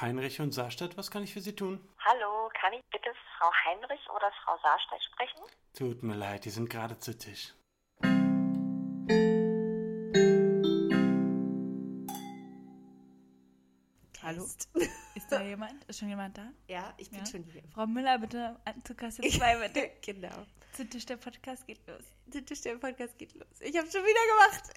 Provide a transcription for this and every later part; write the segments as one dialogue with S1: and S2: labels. S1: Heinrich und Saarstadt, was kann ich für Sie tun?
S2: Hallo, kann ich bitte Frau Heinrich oder Frau Saarstedt sprechen?
S1: Tut mir leid, die sind gerade zu Tisch.
S3: Hallo?
S4: Test.
S3: Ist da jemand? Ist schon jemand da?
S4: Ja, ich bin
S3: Ja?
S4: schon hier.
S3: Frau Müller, bitte an- zu Kasse 2, bitte.
S4: genau.
S3: Zu Tisch, der Podcast geht los.
S4: Der Tisch der Podcast geht los. Ich habe schon wieder gemacht.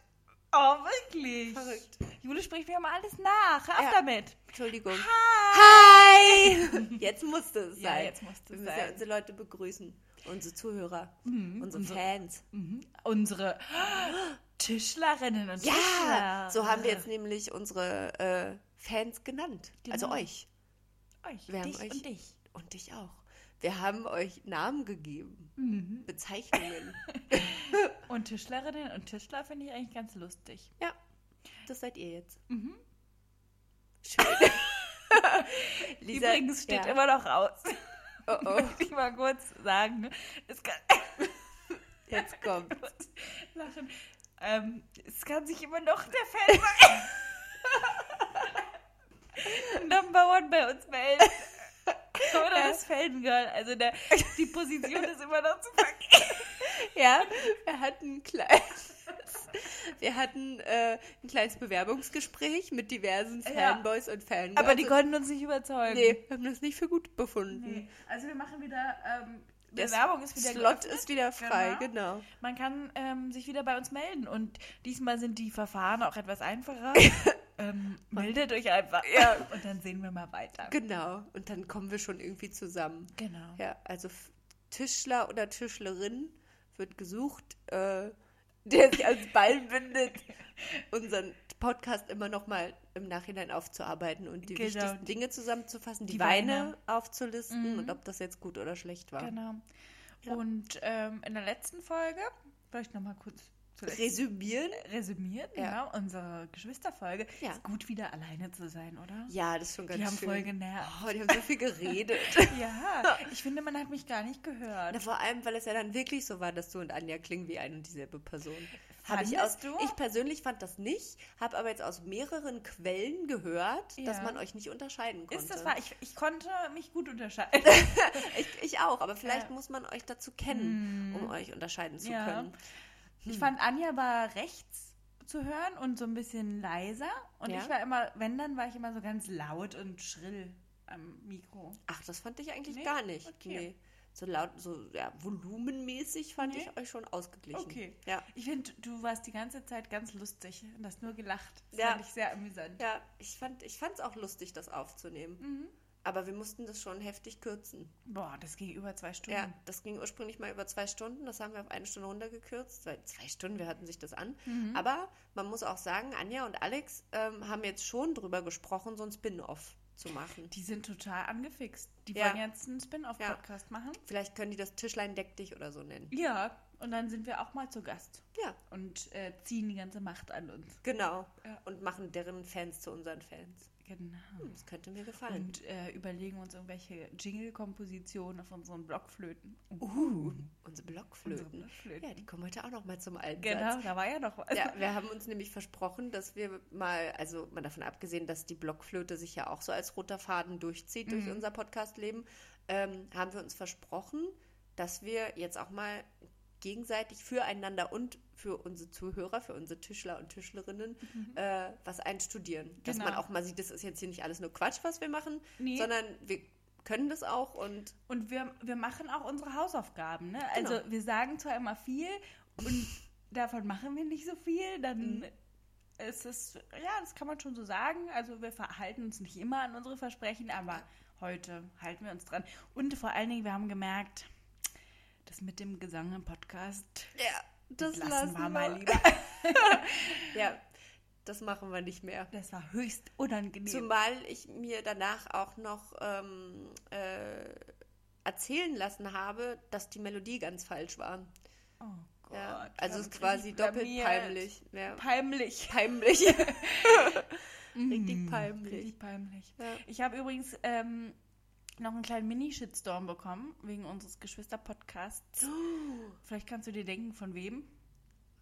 S3: Oh, wirklich?
S4: Verrückt.
S3: Jule spricht mir immer alles nach. Hör auf
S4: Ja.
S3: damit.
S4: Entschuldigung.
S3: Ha!
S4: Hi! Jetzt musste es sein.
S3: Ja, jetzt musste
S4: Wir
S3: es
S4: müssen ja
S3: sein.
S4: unsere Leute begrüßen. Unsere Zuhörer.
S3: Mhm,
S4: unsere
S3: unsere-
S4: Fans.
S3: Mhm. Unsere Tischlerinnen und
S4: Ja!
S3: Tischler.
S4: So haben wir jetzt nämlich unsere äh, Fans genannt. Also
S3: Genau.
S4: euch.
S3: euch,
S4: wir haben
S3: dich
S4: euch-
S3: und dich.
S4: Und dich auch. Wir haben euch Namen gegeben.
S3: Mhm.
S4: Bezeichnungen.
S3: Und Tischlerinnen und Tischler finde ich eigentlich ganz lustig.
S4: ja. Das seid ihr jetzt.
S3: Mhm.
S4: Schön. Lisa-
S3: Übrigens steht
S4: ja.
S3: immer noch aus.
S4: Oh, oh.
S3: Möchte ich mal kurz sagen. ne? Es kann,
S4: Jetzt kommt.
S3: kurz lachen. Ähm, es kann sich immer noch der Fan sein. Number one bei uns melden. Oder das Fangirl. Also der, die Position ist immer noch zu vergeben.
S4: Ja, wir hatten ein kleines, wir hatten, äh, ein kleines Bewerbungsgespräch mit diversen
S3: Ja.
S4: Fanboys und Fangirls.
S3: Aber die konnten uns nicht überzeugen.
S4: Nee, haben das nicht für gut befunden.
S3: Nee. Also wir machen wieder, ähm,
S4: Der
S3: Bewerbung ist wieder
S4: Slot
S3: geöffnet.
S4: ist wieder frei,
S3: Genau.
S4: genau.
S3: Man kann ähm, sich wieder bei uns melden. Und diesmal sind die Verfahren auch etwas einfacher. ähm, meldet euch einfach.
S4: Ja.
S3: Und dann sehen wir mal weiter.
S4: Genau. Und dann kommen wir schon irgendwie zusammen.
S3: genau.
S4: Ja, also F- Tischler oder Tischlerin wird gesucht, äh, der sich als Ball bindet, unseren Podcast immer noch mal im Nachhinein aufzuarbeiten und die
S3: Genau.
S4: wichtigsten Dinge zusammenzufassen, die,
S3: Die
S4: Weine,
S3: Weine.
S4: aufzulisten
S3: Mhm.
S4: und ob das jetzt gut oder schlecht war.
S3: Genau.
S4: Ja.
S3: Und ähm, in der letzten Folge, vielleicht nochmal kurz zu
S4: Resümieren?
S3: resümiert,
S4: Ja.
S3: genau, unsere Geschwisterfolge.
S4: Ja.
S3: Ist gut, wieder alleine zu sein, oder?
S4: Ja, das ist schon ganz
S3: Die haben
S4: schön.
S3: voll genervt.
S4: Oh, die haben so viel geredet.
S3: Ja, ich finde, man hat mich gar nicht
S4: Na,
S3: gehört.
S4: vor allem, weil es ja dann wirklich so war, dass du und Anja klingen wie ein und dieselbe Person. Hab ich, aus,
S3: Fandest du?
S4: ich persönlich fand das nicht, habe aber jetzt aus mehreren Quellen gehört, dass
S3: Ja.
S4: man euch nicht unterscheiden konnte.
S3: Ist das wahr? Ich, ich konnte mich gut unterscheiden.
S4: Ich, ich auch, aber vielleicht
S3: Ja. Hm.
S4: muss man euch dazu kennen, um euch unterscheiden zu
S3: Ja.
S4: können.
S3: Ich fand, Anja war rechts zu hören und so ein bisschen leiser. Und
S4: Ja.
S3: ich war immer, wenn dann, war ich immer so ganz laut und schrill am Mikro.
S4: Ach, das fand ich eigentlich
S3: Nee?
S4: gar nicht.
S3: Okay.
S4: Nee. So laut, so ja, volumenmäßig fand
S3: Nee?
S4: ich euch schon ausgeglichen.
S3: Okay.
S4: Ja.
S3: Ich finde, du warst die ganze Zeit ganz lustig und hast nur gelacht. Das
S4: Ja.
S3: fand ich sehr amüsant.
S4: Ja, ich fand es auch lustig, das aufzunehmen.
S3: Mhm.
S4: Aber wir mussten das schon heftig kürzen.
S3: Boah, das ging über zwei Stunden.
S4: Ja, das ging ursprünglich mal über zwei Stunden, das haben wir auf eine Stunde runtergekürzt. Weil zwei Stunden, wir hatten sich das an.
S3: Mhm.
S4: Aber man muss auch sagen, Anja und Alex ähm, haben jetzt schon drüber gesprochen, so ein Spin-off zu machen.
S3: Die sind total angefixt. Die
S4: Ja.
S3: wollen jetzt einen Spin-off-Podcast machen.
S4: Vielleicht können die das Tischlein deck dich oder so nennen.
S3: Ja, und dann sind wir auch mal zu Gast
S4: Ja,
S3: und äh, ziehen die ganze Macht an uns.
S4: genau.
S3: Ja.
S4: Und machen deren Fans zu unseren Fans.
S3: Genau.
S4: Hm, Das könnte mir gefallen.
S3: Und äh, überlegen uns irgendwelche Jingle-Kompositionen auf unseren Blockflöten.
S4: Uh, unsere
S3: unsere
S4: Blockflöten.
S3: Blockflöten.
S4: Ja, die kommen heute auch noch mal zum Einsatz.
S3: genau, da war ja noch was.
S4: Ja, wir haben uns nämlich versprochen, dass wir mal, also mal davon abgesehen, dass die Blockflöte sich ja auch so als roter Faden durchzieht durch unser Podcastleben, ähm, haben wir uns versprochen, dass wir jetzt auch mal gegenseitig füreinander und für unsere Zuhörer, für unsere Tischler und Tischlerinnen äh, was einstudieren. Dass
S3: Genau.
S4: man auch mal sieht, das ist jetzt hier nicht alles nur Quatsch, was wir machen,
S3: Nee.
S4: sondern wir können das auch und
S3: Und wir, wir machen auch unsere Hausaufgaben. Ne? Also
S4: Genau.
S3: wir sagen zwar immer viel und davon machen wir nicht so viel, dann
S4: Mhm.
S3: ist es, ja, das kann man schon so sagen. Also wir verhalten uns nicht immer an unsere Versprechen, aber heute halten wir uns dran. Und vor allen Dingen, wir haben gemerkt, das mit dem Gesang im Podcast
S4: ja, das lassen, wir
S3: mal lieber.
S4: Ja, das machen wir nicht mehr.
S3: Das war höchst unangenehm.
S4: Zumal ich mir danach auch noch ähm, äh, erzählen lassen habe, dass die Melodie ganz falsch war.
S3: oh Gott.
S4: Ja. Also
S3: wir
S4: es
S3: haben
S4: ist quasi
S3: richtig
S4: doppelt
S3: blamiert.
S4: peinlich. Ja.
S3: Peinlich.
S4: Peinlich. Mhm. Richtig peinlich.
S3: Richtig peinlich.
S4: Ja.
S3: Ich habe übrigens ähm, noch einen kleinen Mini-Shitstorm bekommen wegen unseres Geschwister-Podcasts. Vielleicht kannst du dir denken, von wem?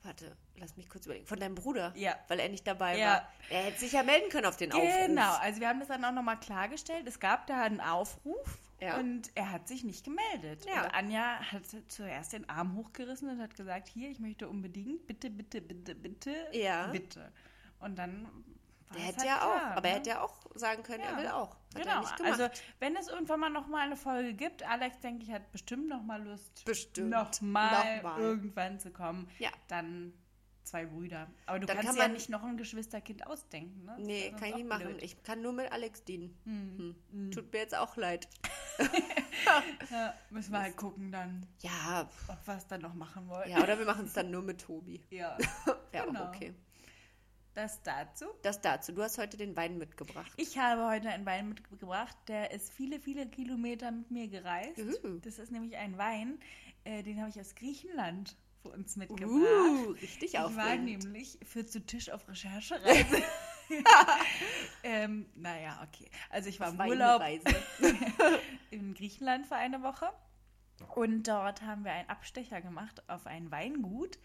S4: Warte, lass mich kurz überlegen. Von deinem Bruder,
S3: Ja.
S4: weil er nicht dabei
S3: Ja.
S4: war. Er hätte sich ja melden können auf den Aufruf.
S3: Genau, also wir haben das dann auch nochmal klargestellt. Es gab da einen Aufruf
S4: Ja.
S3: und er hat sich nicht gemeldet.
S4: Ja.
S3: Und Anja hat zuerst den Arm hochgerissen und hat gesagt, hier, ich möchte unbedingt, bitte, bitte, bitte, bitte,
S4: Ja.
S3: bitte. Und dann war
S4: Der
S3: es
S4: hätte
S3: halt
S4: ja
S3: klar,
S4: auch, aber
S3: ne?
S4: er hätte ja auch sagen können,
S3: Ja.
S4: er will auch. Hat er
S3: Genau,
S4: nicht gemacht.
S3: also wenn es irgendwann mal nochmal eine Folge gibt, Alex, denke ich, hat bestimmt nochmal Lust,
S4: Bestimmt.
S3: nochmal
S4: Nochmal.
S3: irgendwann zu kommen.
S4: Ja.
S3: Dann zwei Brüder. Aber du
S4: Dann
S3: kannst
S4: kann
S3: ja
S4: man-
S3: nicht noch ein Geschwisterkind ausdenken, ne? Das
S4: nee,
S3: ist ja
S4: kann ich
S3: sonst
S4: nicht
S3: auch
S4: machen.
S3: blöd.
S4: Ich kann nur mit Alex dienen. Hm. Tut mir jetzt auch leid.
S3: Ja, müssen wir halt gucken dann,
S4: Ja, pf,
S3: ob wir es dann noch machen wollen.
S4: ja oder wir machen es dann nur mit Tobi.
S3: Ja.
S4: Ja,
S3: Genau.
S4: auch okay.
S3: Das dazu.
S4: Das dazu. Du hast heute den Wein mitgebracht.
S3: Ich habe heute einen Wein mitgebracht, der ist viele, viele Kilometer mit mir gereist.
S4: Juhu.
S3: Das ist nämlich ein Wein, äh, den habe ich aus Griechenland für uns mitgebracht.
S4: Uh, richtig
S3: Ich war
S4: aufregend.
S3: nämlich für zu Tisch auf Recherchereise. ähm, naja, okay. Also ich war im Urlaub
S4: Weinreise.
S3: in Griechenland für eine Woche und dort haben wir einen Abstecher gemacht auf ein Weingut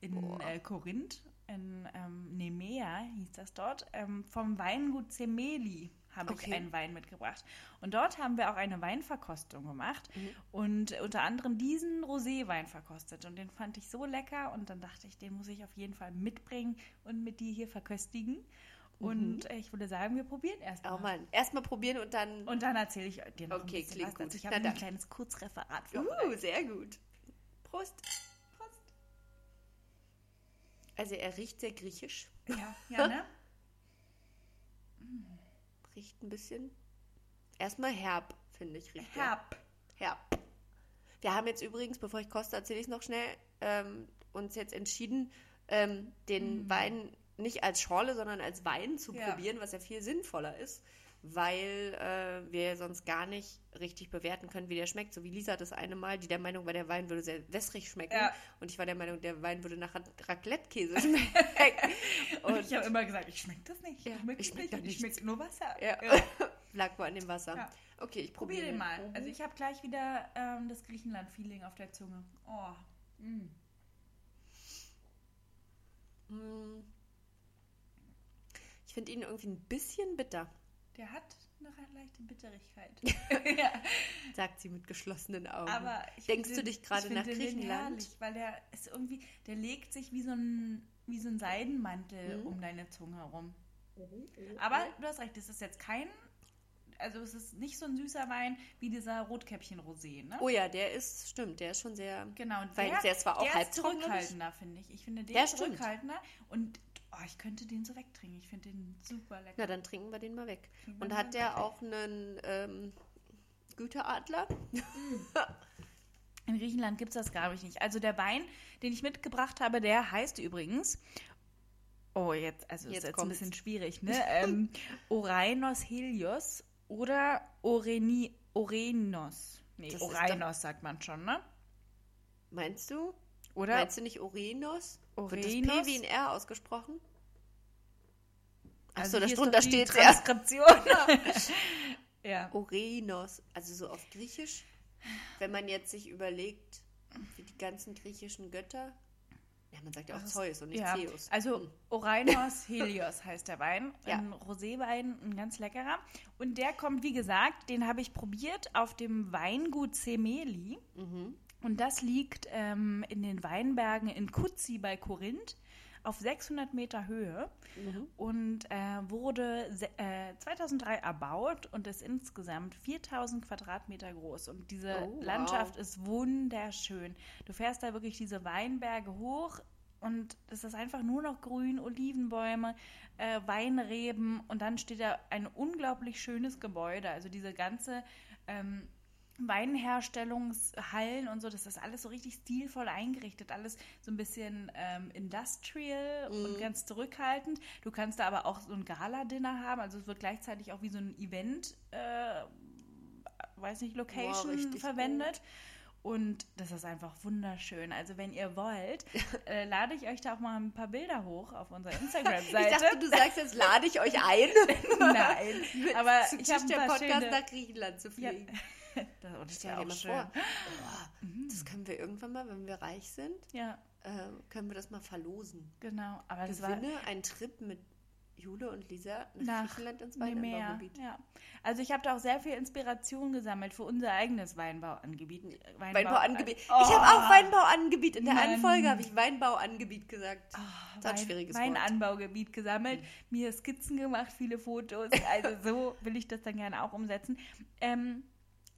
S3: in äh, Korinth, in ähm, Nemea hieß das dort. Ähm, vom Weingut Zemeli habe ich
S4: Okay.
S3: einen Wein mitgebracht. Und dort haben wir auch eine Weinverkostung gemacht
S4: Mhm.
S3: und äh, unter anderem diesen Roséwein verkostet. Und den fand ich so lecker und dann dachte ich, den muss ich auf jeden Fall mitbringen und mit dir hier verköstigen. Und äh, ich würde sagen, wir probieren erst
S4: Mhm. Auch mal Oh erstmal probieren und dann.
S3: und dann erzähle ich dir noch
S4: Okay,
S3: ein bisschen
S4: klingt
S3: was. dazu.
S4: gut.
S3: Ich
S4: Na
S3: habe ein
S4: dann.
S3: kleines Kurzreferat für
S4: Uh, sehr gut. Prost. Prost. Also er riecht sehr griechisch.
S3: Ja, ja, ne?
S4: Riecht ein bisschen. Erstmal herb, finde ich. Riecht er.
S3: Herb.
S4: Herb. Wir haben jetzt übrigens, bevor ich koste, erzähle ich es noch schnell, ähm, uns jetzt entschieden, ähm, den Wein nicht als Schorle, sondern als Wein zu
S3: Mhm. Ja.
S4: probieren, was ja viel sinnvoller ist, weil äh, wir sonst gar nicht richtig bewerten können, wie der schmeckt. So wie Lisa das eine Mal, die der Meinung war, der Wein würde sehr wässrig schmecken.
S3: Ja.
S4: Und ich war der Meinung, der Wein würde nach Ra- Raclette-Käse schmecken.
S3: Und ich habe immer gesagt, ich schmeckt das nicht.
S4: Ja,
S3: ich schmeckt
S4: ich schmeck
S3: nicht.
S4: da
S3: und Ich
S4: nichts.
S3: schmeckt nur Wasser.
S4: ja. Lag wohl an dem Wasser.
S3: Ja.
S4: Okay, ich probiere Mhm.
S3: Probier den mal. Also ich habe gleich wieder ähm, das Griechenland-Feeling auf der Zunge. Oh. mm.
S4: Mm. Ich finde ihn irgendwie ein bisschen bitter,
S3: Der hat noch eine leichte Bitterigkeit. ja.
S4: sagt sie mit geschlossenen Augen.
S3: Aber ich
S4: Denkst
S3: finde
S4: du dich
S3: den-
S4: gerade
S3: ich finde
S4: nach
S3: den
S4: Griechenland?
S3: Herrlich, weil der ist irgendwie, der legt sich wie so ein, wie so ein Seidenmantel
S4: Mhm.
S3: um deine Zunge herum. Aber du hast recht, das ist jetzt kein, also es ist nicht so ein süßer Wein wie dieser Rotkäppchen-Rosé, ne?
S4: Oh ja, der ist, stimmt, der ist schon sehr.
S3: Genau, und
S4: Weil
S3: der,
S4: der ist zwar auch
S3: der ist
S4: halbtrocken, glaub ich.
S3: zurückhaltender, finde ich. Ich finde den
S4: Ja, stimmt.
S3: zurückhaltender und oh, ich könnte den so wegtrinken. Ich finde den super lecker.
S4: Na, dann trinken wir den mal weg.
S3: Trinken wir
S4: Und
S3: den
S4: hat
S3: mal
S4: der auch einen ähm, Güteradler?
S3: In Griechenland gibt es das, glaube ich, nicht. Also der Wein, den ich mitgebracht habe, der heißt übrigens. Oh, jetzt, also
S4: Jetzt
S3: ist jetzt ein
S4: kommt's.
S3: bisschen schwierig, ne? ähm, Oreinos Helios oder Oreni, Orenos. Nee,
S4: Das ist
S3: Oreinos sagt man schon, ne?
S4: Meinst du?
S3: Oder?
S4: Meinst du nicht Urenos? Wird das
S3: Urenos?
S4: P wie ein R ausgesprochen?
S3: Also
S4: Achso, das
S3: hier ist doch
S4: drunter
S3: die
S4: steht ja.
S3: Transkription. ja.
S4: Urenos, also so auf Griechisch. Wenn man jetzt sich überlegt, wie die ganzen griechischen Götter. Ja, man sagt ja auch Zeus und nicht
S3: Ja,
S4: Zeus.
S3: Also
S4: Hm.
S3: Oreinos Helios heißt der Wein.
S4: Ja.
S3: Ein Roséwein, ein ganz leckerer. Und der kommt, wie gesagt, den habe ich probiert auf dem Weingut Semeli.
S4: Mhm.
S3: Und das liegt ähm, in den Weinbergen in Kutzi bei Korinth auf 600 Meter Höhe
S4: Mhm.
S3: und äh, wurde se- äh, 2003 erbaut und ist insgesamt 4000 Quadratmeter groß. Und diese
S4: Oh, wow.
S3: Landschaft ist wunderschön. Du fährst da wirklich diese Weinberge hoch und es ist einfach nur noch grün, Olivenbäume, äh, Weinreben und dann steht da ein unglaublich schönes Gebäude. Also diese ganze ähm, Weinherstellungshallen und so, das ist alles so richtig stilvoll eingerichtet, alles so ein bisschen ähm, industrial und
S4: Mhm.
S3: ganz zurückhaltend. Du kannst da aber auch so ein Gala-Dinner haben, also es wird gleichzeitig auch wie so ein Event, äh, weiß nicht, Location
S4: richtig
S3: verwendet. Und das ist einfach wunderschön. Also wenn ihr wollt, äh, lade ich euch da auch mal ein paar Bilder hoch auf unserer Instagram-Seite.
S4: ich dachte, du sagst, jetzt lade ich euch ein,
S3: Nein,
S4: mit
S3: aber
S4: zu
S3: ich habe ein
S4: Tisch der
S3: paar
S4: Podcast
S3: schöne...
S4: nach Griechenland zu fliegen.
S3: das, oh, das
S4: Stell
S3: wäre
S4: dir
S3: auch
S4: mal
S3: schön. Mhm.
S4: vor. Oh, das können wir irgendwann mal, wenn wir reich sind,
S3: Ja,
S4: äh, können wir das mal verlosen.
S3: Genau, aber das war
S4: Gewinne einen Trip mit Jule und Lisa nach,
S3: Nach
S4: Griechenland ins
S3: Nemea.
S4: Weinanbaugebiet.
S3: Ja. Also ich habe da auch sehr viel Inspiration gesammelt für unser eigenes Weinbauangebiet. Weinbau
S4: Weinbauangebiet.
S3: Oh.
S4: Ich habe auch Weinbauangebiet. In der
S3: Mann.
S4: einen Folge habe ich Weinbauangebiet gesagt.
S3: Ah,
S4: Das ist ein
S3: Wein-
S4: schwieriges Wort.
S3: Weinanbaugebiet gesammelt, mir Skizzen gemacht, viele Fotos. Also so will ich das dann gerne auch umsetzen. Ähm,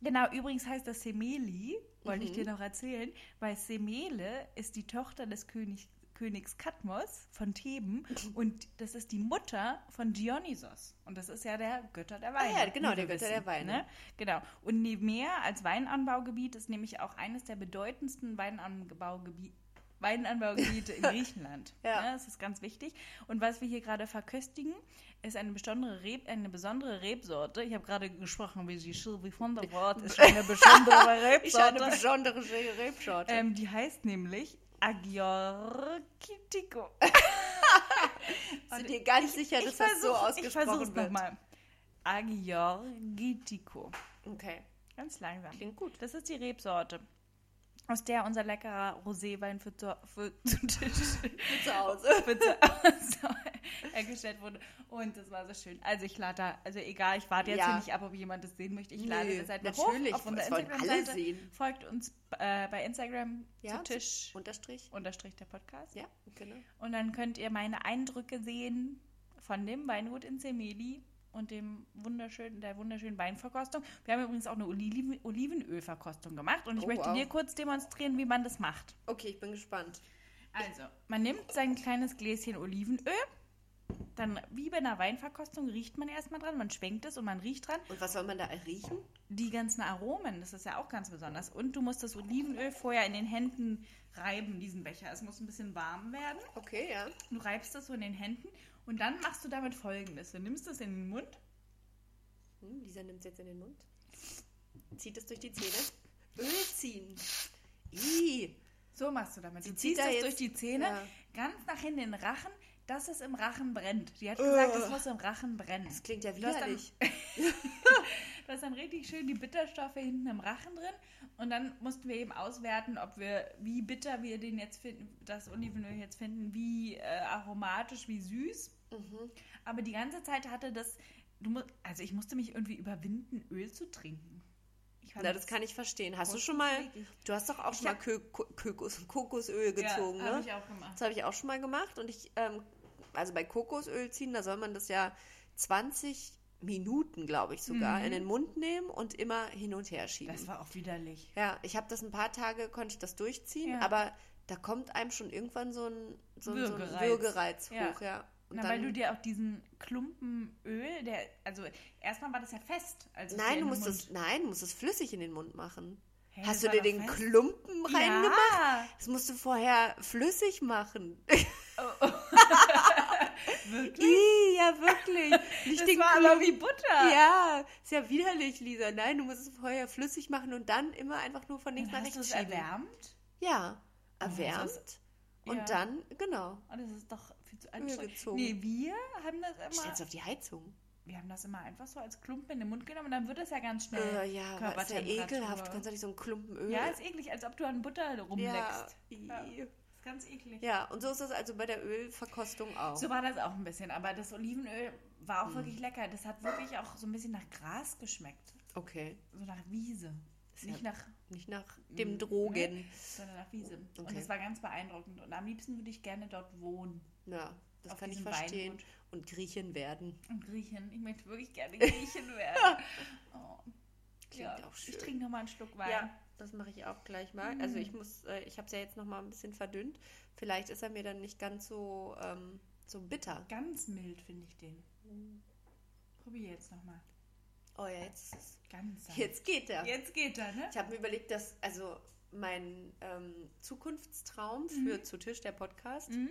S3: genau, übrigens heißt das Semeli, wollte ich
S4: Mhm.
S3: dir noch erzählen, weil Semele ist die Tochter des König, Königs Katmos von Theben
S4: Mhm.
S3: und das ist die Mutter von Dionysos. Und das ist ja der Götter der Weine.
S4: Ah ja, genau,
S3: wie wir
S4: der Götter der Weine.
S3: Genau. Und Nemea als Weinanbaugebiet ist nämlich auch eines der bedeutendsten Weinanbaugebiete. Weinanbaugebiete in Griechenland.
S4: Ja.
S3: Ne, das ist ganz wichtig. Und was wir hier gerade verköstigen, ist eine besondere, Reb, eine besondere Rebsorte. Ich habe gerade gesprochen, wie sie Sylvie von der Wort ist schon eine besondere
S4: Ich habe eine
S3: Rebsorte.
S4: besondere Rebschorte.
S3: ähm, die heißt nämlich Agiorkitiko.
S4: Sind dir gar nicht sicher, dass das so
S3: versuch's- ich versuche
S4: ausgesprochen
S3: es
S4: wird?
S3: nochmal. Agiorgitico.
S4: Okay,
S3: Ganz langsam.
S4: klingt gut.
S3: Das ist die Rebsorte, aus der unser leckerer Roséwein für, zu- für, zu Tisch-
S4: Gut zu Hause.
S3: für zu Hause hergestellt wurde. Und das war so schön. Also ich lade da, also egal, ich warte jetzt
S4: Ja.
S3: hier nicht ab, ob jemand das sehen möchte. Ich lade
S4: Nö,
S3: das halt mal
S4: natürlich,
S3: hoch auf unserer
S4: das wollen alle
S3: Instagram-Seite.
S4: sehen.
S3: Folgt uns äh, bei Instagram
S4: Ja,
S3: zu Tisch
S4: Unterstrich.
S3: unterstrich der Podcast.
S4: Ja, genau.
S3: Und dann könnt ihr meine Eindrücke sehen von dem Weingut in Semeli und dem wunderschönen, der wunderschönen Weinverkostung. Wir haben übrigens auch eine Oliven Olivenölverkostung gemacht und ich
S4: Oh,
S3: möchte
S4: wow.
S3: dir kurz demonstrieren, wie man das macht.
S4: Okay, ich bin gespannt.
S3: Also, man nimmt sein kleines Gläschen Olivenöl, dann wie bei einer Weinverkostung riecht man erstmal dran, man schwenkt es und man riecht dran.
S4: Und was soll man da riechen?
S3: Die ganzen Aromen, das ist ja auch ganz besonders. Und du musst das Olivenöl vorher in den Händen reiben, diesen Becher. Es muss ein bisschen warm werden.
S4: Okay, ja.
S3: Du reibst das so in den Händen und dann machst du damit folgendes. Du nimmst es in den Mund.
S4: Hm, Lisa nimmt es jetzt in den Mund. Zieht es durch die Zähne. Öl ziehen. Ih.
S3: So machst du damit. Du
S4: Sie zieht
S3: ziehst
S4: da
S3: das
S4: jetzt-
S3: durch die Zähne,
S4: ja.
S3: ganz nach hinten in den Rachen, dass es im Rachen brennt. Die hat
S4: Äh.
S3: gesagt, es muss im Rachen brennen.
S4: Das klingt ja
S3: Du hast dann-
S4: widerlich.
S3: Da ist dann richtig schön die Bitterstoffe hinten im Rachen drin. Und dann mussten wir eben auswerten, ob wir, wie bitter wir den jetzt finden, das Olivenöl jetzt finden, wie äh, aromatisch, wie süß.
S4: Mhm.
S3: Aber die ganze Zeit hatte das, du, mu- also ich musste mich irgendwie überwinden, Öl zu trinken. Ich fand
S4: Na, das kann ich verstehen. Hast du schon mal, du hast doch auch schon
S3: Ich
S4: mal Kö Ko- Kökos, Kokosöl gezogen,
S3: ja, hab
S4: ne?
S3: ich auch gemacht.
S4: Das habe ich auch schon mal gemacht. Und ich, ähm, also bei Kokosöl ziehen, da soll man das ja 20 Minuten, glaube ich sogar, in den Mund nehmen und immer hin und her schieben.
S3: Mhm. Das war auch widerlich.
S4: Ja, ich habe das ein paar Tage, konnte ich das durchziehen,
S3: Ja.
S4: aber da kommt einem schon irgendwann so ein, so ein, so ein
S3: Würgereiz.
S4: Würgereiz
S3: Ja.
S4: hoch, ja. Und
S3: Na,
S4: dann,
S3: weil du dir auch diesen Klumpen Öl, der, also erstmal war das ja fest. Also
S4: nein, du
S3: in den
S4: musst
S3: Mund-
S4: es, nein, du musst es flüssig in den Mund machen.
S3: Hä, das
S4: Hast du
S3: war
S4: dir
S3: doch
S4: den
S3: fest.
S4: Klumpen reingemacht?
S3: Ja,
S4: Das musst du vorher flüssig machen.
S3: wirklich.
S4: Ih, ja, wirklich. Nicht
S3: Das
S4: den
S3: war aber
S4: Klumpen.
S3: wie Butter.
S4: Ja, ist ja widerlich, Lisa. Nein, du musst es vorher flüssig machen und dann immer einfach nur von links
S3: Dann
S4: nach
S3: hast du
S4: rechts
S3: es
S4: schieben.
S3: erwärmt?
S4: Ja,
S3: hast du
S4: erwärmt.
S3: es-
S4: Und
S3: Ja.
S4: dann, genau,
S3: Oh, das ist doch viel zu
S4: gezogen.
S3: anstrengend. Nee, wir haben das immer.
S4: stellst du auf die Heizung.
S3: Wir haben das immer einfach so als Klumpen in den Mund genommen und dann wird das ja ganz schnell.
S4: Äh, ja, aber ist ja
S3: Körpertemperatur.
S4: ekelhaft. Du kannst doch nicht so einen Klumpen Öl.
S3: Ja, ist eklig, als ob du an Butter
S4: ja.
S3: rumleckst. Ja.
S4: i.
S3: Ist ganz eklig.
S4: ja, und so ist es also bei der Ölverkostung auch.
S3: So war das auch ein bisschen, aber das Olivenöl war auch
S4: Mhm.
S3: wirklich lecker. Das hat wirklich auch so ein bisschen nach Gras geschmeckt.
S4: Okay.
S3: So nach Wiese.
S4: ja-
S3: Nicht nach,
S4: Nicht nach
S3: ne? Mhm,
S4: dem Drogen.
S3: sondern nach Wiese. Und
S4: Okay.
S3: das war ganz beeindruckend. Und am liebsten würde ich gerne dort wohnen.
S4: Ja, das
S3: Auf
S4: kann ich
S3: diesem
S4: verstehen.
S3: Weingut.
S4: Und Griechen werden.
S3: Und Griechen. Ich möchte wirklich gerne Griechen werden. Oh.
S4: Klingt auch schön.
S3: Ich trinke nochmal einen Schluck Wein.
S4: Ja, das mache ich auch gleich mal. Also ich muss, äh, ich habe es ja jetzt noch mal ein bisschen verdünnt. Vielleicht ist er mir dann nicht ganz so, ähm, so bitter.
S3: Ganz mild finde ich den. Probier jetzt nochmal.
S4: Oh ja, jetzt, ist
S3: Ganz
S4: es-
S3: sanft.
S4: jetzt geht er.
S3: Jetzt geht er, ne?
S4: Ich habe mir überlegt, dass also mein ähm, Zukunftstraum für zu Tisch der Podcast
S3: Mhm.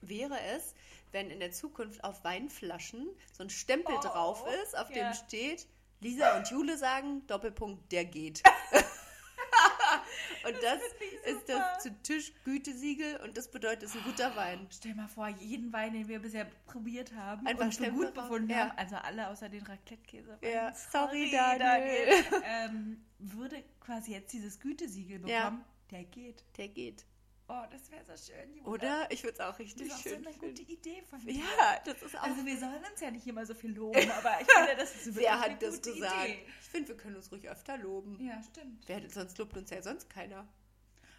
S4: wäre es, wenn in der Zukunft auf Weinflaschen so ein Stempel
S3: Oh,
S4: drauf ist, auf
S3: ja.
S4: dem steht, Lisa und Jule sagen, Doppelpunkt, der geht. und das, ist das zu Tisch Gütesiegel und das bedeutet, es ist ein
S3: Ah,
S4: guter Wein.
S3: Stell mal vor, jeden Wein, den wir bisher probiert haben
S4: Einfach
S3: und für
S4: Stempel
S3: gut
S4: drauf.
S3: befunden
S4: Ja.
S3: haben, also alle außer den Raclette-Käse,
S4: Ja, sorry, Daniel.
S3: ähm, würde quasi jetzt dieses Gütesiegel bekommen,
S4: Ja.
S3: der geht.
S4: Der geht.
S3: Oh, das wäre so schön. Jule.
S4: Oder? Ich würde es auch
S3: Das
S4: richtig
S3: ist auch so
S4: schön
S3: eine
S4: finden.
S3: gute Idee von dir.
S4: Ja, das ist auch.
S3: Also wir sollen uns ja nicht immer so viel loben, aber ich finde, das ist wirklich
S4: wer
S3: eine
S4: hat
S3: gute
S4: das gesagt?
S3: Idee.
S4: Ich finde, wir können uns ruhig öfter loben.
S3: Ja, stimmt.
S4: Wer, sonst lobt uns ja sonst keiner.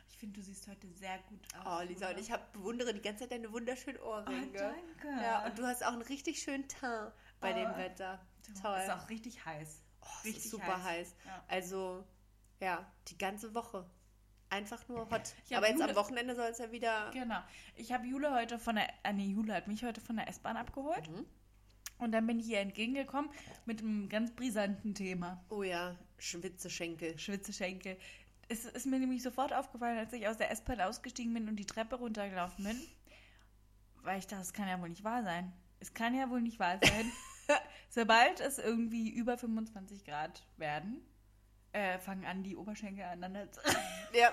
S3: Ich finde, du siehst heute sehr gut
S4: Oh,
S3: aus.
S4: Lisa, und
S3: Jule.
S4: ich hab, bewundere die ganze Zeit deine wunderschönen Ohrringe.
S3: Oh, danke.
S4: Ja, und du hast auch einen richtig schönen Teint bei
S3: Oh.
S4: dem Wetter.
S3: Du,
S4: Toll.
S3: Ist auch richtig heiß.
S4: oh, es
S3: richtig
S4: ist super heiß.
S3: heiß. Ja.
S4: Also, ja, die ganze Woche. Einfach nur hot.
S3: Ja,
S4: Aber jetzt
S3: Jule-
S4: am Wochenende soll es ja wieder.
S3: Genau. Ich habe Jule heute von der, äh, nee, Jule hat mich heute von der S-Bahn abgeholt.
S4: Mhm.
S3: Und dann bin ich ihr entgegengekommen mit einem ganz brisanten Thema.
S4: Oh ja, Schwitzeschenkel.
S3: Schwitzeschenkel. Es ist mir nämlich sofort aufgefallen, als ich aus der S-Bahn ausgestiegen bin und die Treppe runtergelaufen bin, weil ich dachte, es kann ja wohl nicht wahr sein. Es kann ja wohl nicht wahr sein. Sobald es irgendwie über 25 Grad werden, äh, fangen an, die Oberschenkel aneinander zu
S4: Ja.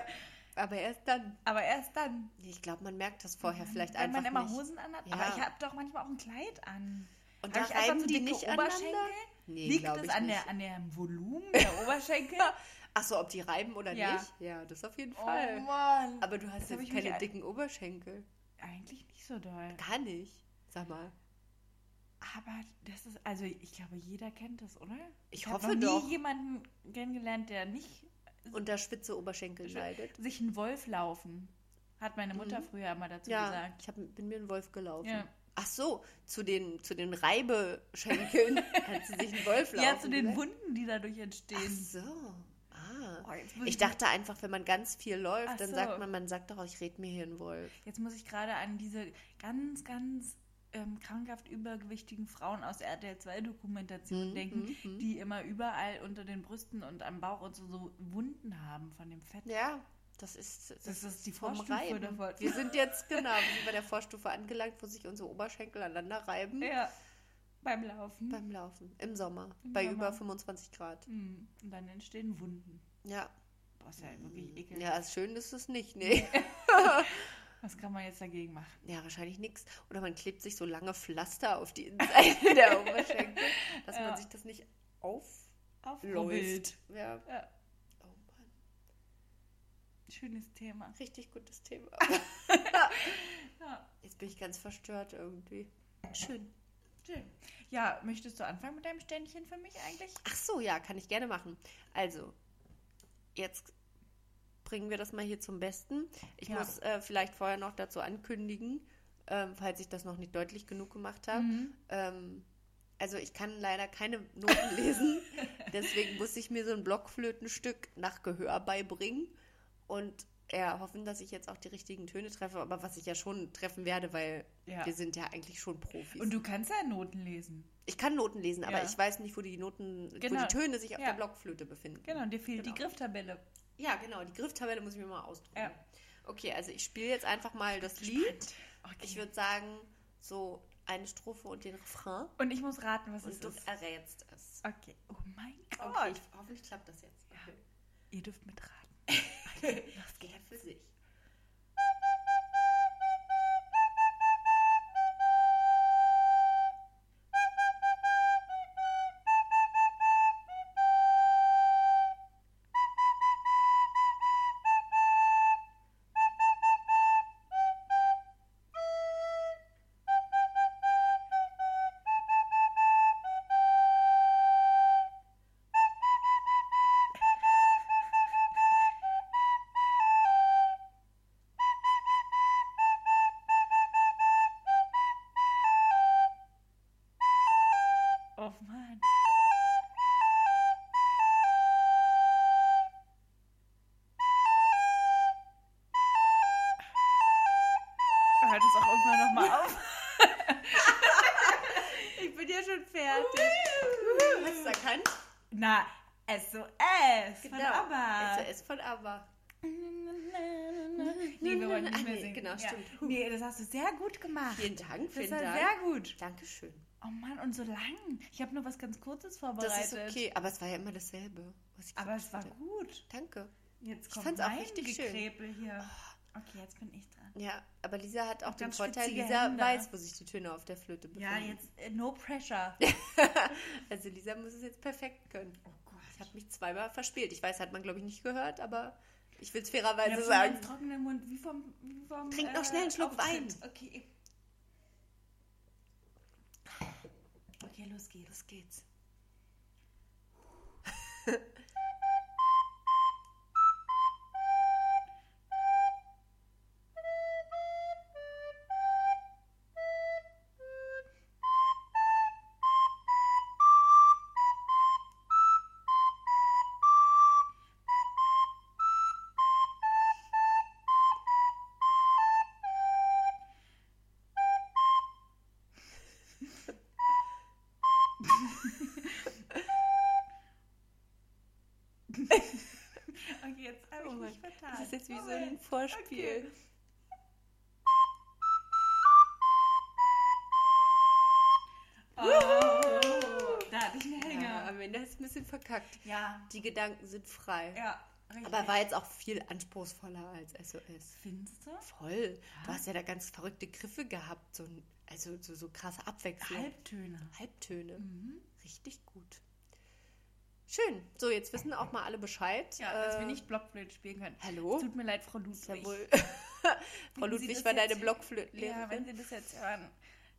S4: Aber erst dann.
S3: Aber erst dann.
S4: Ich glaube, man merkt das vorher vielleicht
S3: Mhm. Wenn
S4: einfach
S3: man immer
S4: nicht.
S3: Hosen anhat.
S4: Ja.
S3: Aber ich habe doch manchmal auch ein Kleid an. Hab
S4: Und da
S3: ich einfach
S4: reiben
S3: so
S4: die
S3: dicke
S4: nicht aneinander? Nee,
S3: Liegt
S4: glaub
S3: es
S4: ich
S3: an,
S4: nicht.
S3: der, an dem Volumen der Oberschenkel?
S4: Ach so, ob die reiben oder
S3: Ja.
S4: nicht? Ja, das auf jeden
S3: oh
S4: Fall.
S3: Mann.
S4: Aber du hast
S3: Das hab
S4: jetzt
S3: ich mich
S4: keine
S3: ein-
S4: dicken Oberschenkel.
S3: Eigentlich nicht so doll.
S4: Gar nicht. Sag mal.
S3: Aber das ist, also ich glaube, jeder kennt das, oder?
S4: Ich
S3: hab
S4: hoffe
S3: noch nie
S4: doch.
S3: jemanden kennengelernt, der nicht
S4: Unter spitze Oberschenkel leidet.
S3: sich einen Wolf laufen. Hat meine Mutter früher immer dazu
S4: Mhm. Ja,
S3: gesagt.
S4: ich hab, bin mir ein Wolf gelaufen.
S3: Ja.
S4: Ach so, zu den, zu den Reibeschenkeln hat sie sich einen Wolf laufen
S3: Ja, zu den
S4: gesagt.
S3: Wunden, die dadurch entstehen.
S4: Ach so. Ah.
S3: Oh, jetzt muss
S4: Ich
S3: mir-
S4: dachte einfach, wenn man ganz viel läuft,
S3: Ach
S4: dann
S3: so.
S4: sagt man, man sagt doch, ich red mir hier einen Wolf.
S3: Jetzt muss ich gerade an diese ganz, ganz ähm, krankhaft übergewichtigen Frauen aus der RTL 2-Dokumentation
S4: Hm,
S3: denken,
S4: hm, hm.
S3: die immer überall unter den Brüsten und am Bauch und so, so Wunden haben von dem Fett.
S4: Ja, das ist, das
S3: ist die
S4: vom
S3: Vorstufe
S4: Reiben.
S3: davon.
S4: Wir sind jetzt, genau, wir sind bei der Vorstufe angelangt, wo sich unsere Oberschenkel aneinander reiben.
S3: Ja, beim Laufen.
S4: Beim Laufen, im Sommer,
S3: Im
S4: bei
S3: Sommer.
S4: über 25 Grad.
S3: Hm, Und dann entstehen Wunden.
S4: Ja. Hm,
S3: Boah, ist ja
S4: Mm,
S3: wirklich ekelhaft.
S4: Ja, schön ist es nicht, nee.
S3: Was kann man jetzt dagegen machen?
S4: Ja, wahrscheinlich nichts. Oder man klebt sich so lange Pflaster auf die Seite der Oberschenkel, dass
S3: Ja.
S4: man sich das nicht aufläuft.
S3: Aufrubbelt.
S4: Ja.
S3: Ja,
S4: Oh Mann.
S3: schönes Thema.
S4: Richtig gutes Thema.
S3: Ja,
S4: Jetzt bin ich ganz verstört irgendwie. Schön.
S3: schön. Ja, möchtest du anfangen mit deinem Ständchen für mich eigentlich?
S4: Ach so, ja, kann ich gerne machen. Also, jetzt bringen wir das mal hier zum Besten. Ich
S3: Ja.
S4: muss äh, vielleicht vorher noch dazu ankündigen, ähm, falls ich das noch nicht deutlich genug gemacht habe.
S3: Mhm.
S4: Ähm, also ich kann leider keine Noten lesen, deswegen muss ich mir so ein Blockflötenstück nach Gehör beibringen und ja, hoffen, dass ich jetzt auch die richtigen Töne treffe, aber was ich ja schon treffen werde, weil
S3: Ja.
S4: wir sind ja eigentlich schon Profis.
S3: Und du kannst ja Noten lesen.
S4: ich kann Noten lesen, aber
S3: Ja.
S4: ich weiß nicht, wo die Noten, wo
S3: Genau.
S4: die Töne sich auf
S3: Ja.
S4: der Blockflöte befinden.
S3: Genau, dir fehlt die
S4: Genau.
S3: Grifftabelle.
S4: Ja, genau, die Grifftabelle muss ich mir mal ausdrucken.
S3: Ja.
S4: Okay, also ich spiele jetzt einfach mal das Lied.
S3: Okay.
S4: Ich würde sagen, so eine Strophe und den Refrain
S3: Und ich muss raten, was es
S4: und du
S3: ist.
S4: errätst es.
S3: Okay. Oh mein Gott.
S4: Okay, ich, hoffentlich klappt das jetzt. Okay.
S3: Ihr dürft mitraten.
S4: Das geht ja für sich.
S3: Oh Mann. Hört Halt es auch irgendwann nochmal auf.
S4: Ich bin ja schon fertig. Hast du es erkannt?
S3: Na, SOS von ABBA.
S4: SOS von ABBA.
S3: Nee, wir wollen
S4: Ah,
S3: nicht mehr
S4: nee,
S3: singen.
S4: genau, stimmt.
S3: Ja. Nee, das hast du sehr gut gemacht.
S4: Vielen Dank,
S3: Das
S4: vielen
S3: war
S4: Dank.
S3: sehr gut.
S4: Dankeschön.
S3: Oh Mann, und so lang. Ich habe nur was ganz Kurzes
S4: Das
S3: vorbereitet.
S4: ist okay, aber es war ja immer dasselbe. Was ich
S3: Aber es war
S4: gesagt
S3: gut.
S4: habe. Danke.
S3: Jetzt
S4: Ich
S3: kommt
S4: fand's auch
S3: mein
S4: richtig schön.
S3: Gekräpel hier. Okay, jetzt bin ich dran.
S4: Ja, aber Lisa hat auch den
S3: ganz
S4: Vorteil,
S3: schwitzige
S4: Lisa
S3: Hände.
S4: weiß, wo sich die Töne auf der Flöte befinden.
S3: Ja, jetzt äh, no pressure.
S4: Also Lisa muss es jetzt perfekt können.
S3: Oh Gott.
S4: Ich habe mich zweimal verspielt. Ich weiß, hat man glaube ich nicht gehört, aber ich Ich will es fairerweise
S3: Ich habe
S4: Also sagen.
S3: einen trockenen Mund, wie vom. Wie vom äh,
S4: Trink noch schnell einen Schluck
S3: Auftritt. Okay. Okay, los geht's.
S4: Los geht's.
S3: Okay, jetzt habe ich
S4: Oh
S3: mich
S4: mein-
S3: vertan.
S4: Das ist jetzt wie so
S3: Moment.
S4: ein Vorspiel.
S3: Oh, da hatte ich einen
S4: Ja,
S3: Hänger.
S4: am Ende ist ein bisschen verkackt.
S3: Ja,
S4: Die Gedanken sind frei.
S3: ja, richtig.
S4: Aber war jetzt auch viel anspruchsvoller als SOS.
S3: Findest du?
S4: Voll. Du hast ja da ganz verrückte Griffe gehabt. So, ein- also so, so krasse Abwechslung.
S3: Halbtöne.
S4: Halbtöne.
S3: Mhm.
S4: Richtig gut. Schön. So, jetzt wissen auch mal alle Bescheid. Ähm,
S3: Ja, dass wir nicht Blockflöte spielen können.
S4: Äh, Hallo?
S3: Es tut mir leid, Frau Ludwig.
S4: Ist ja wohl. Frau
S3: Wenn Sie
S4: Ludwig
S3: das
S4: war
S3: jetzt-
S4: deine
S3: Ja, wenn
S4: Blockflötenlehrerin.
S3: Sie das jetzt hören.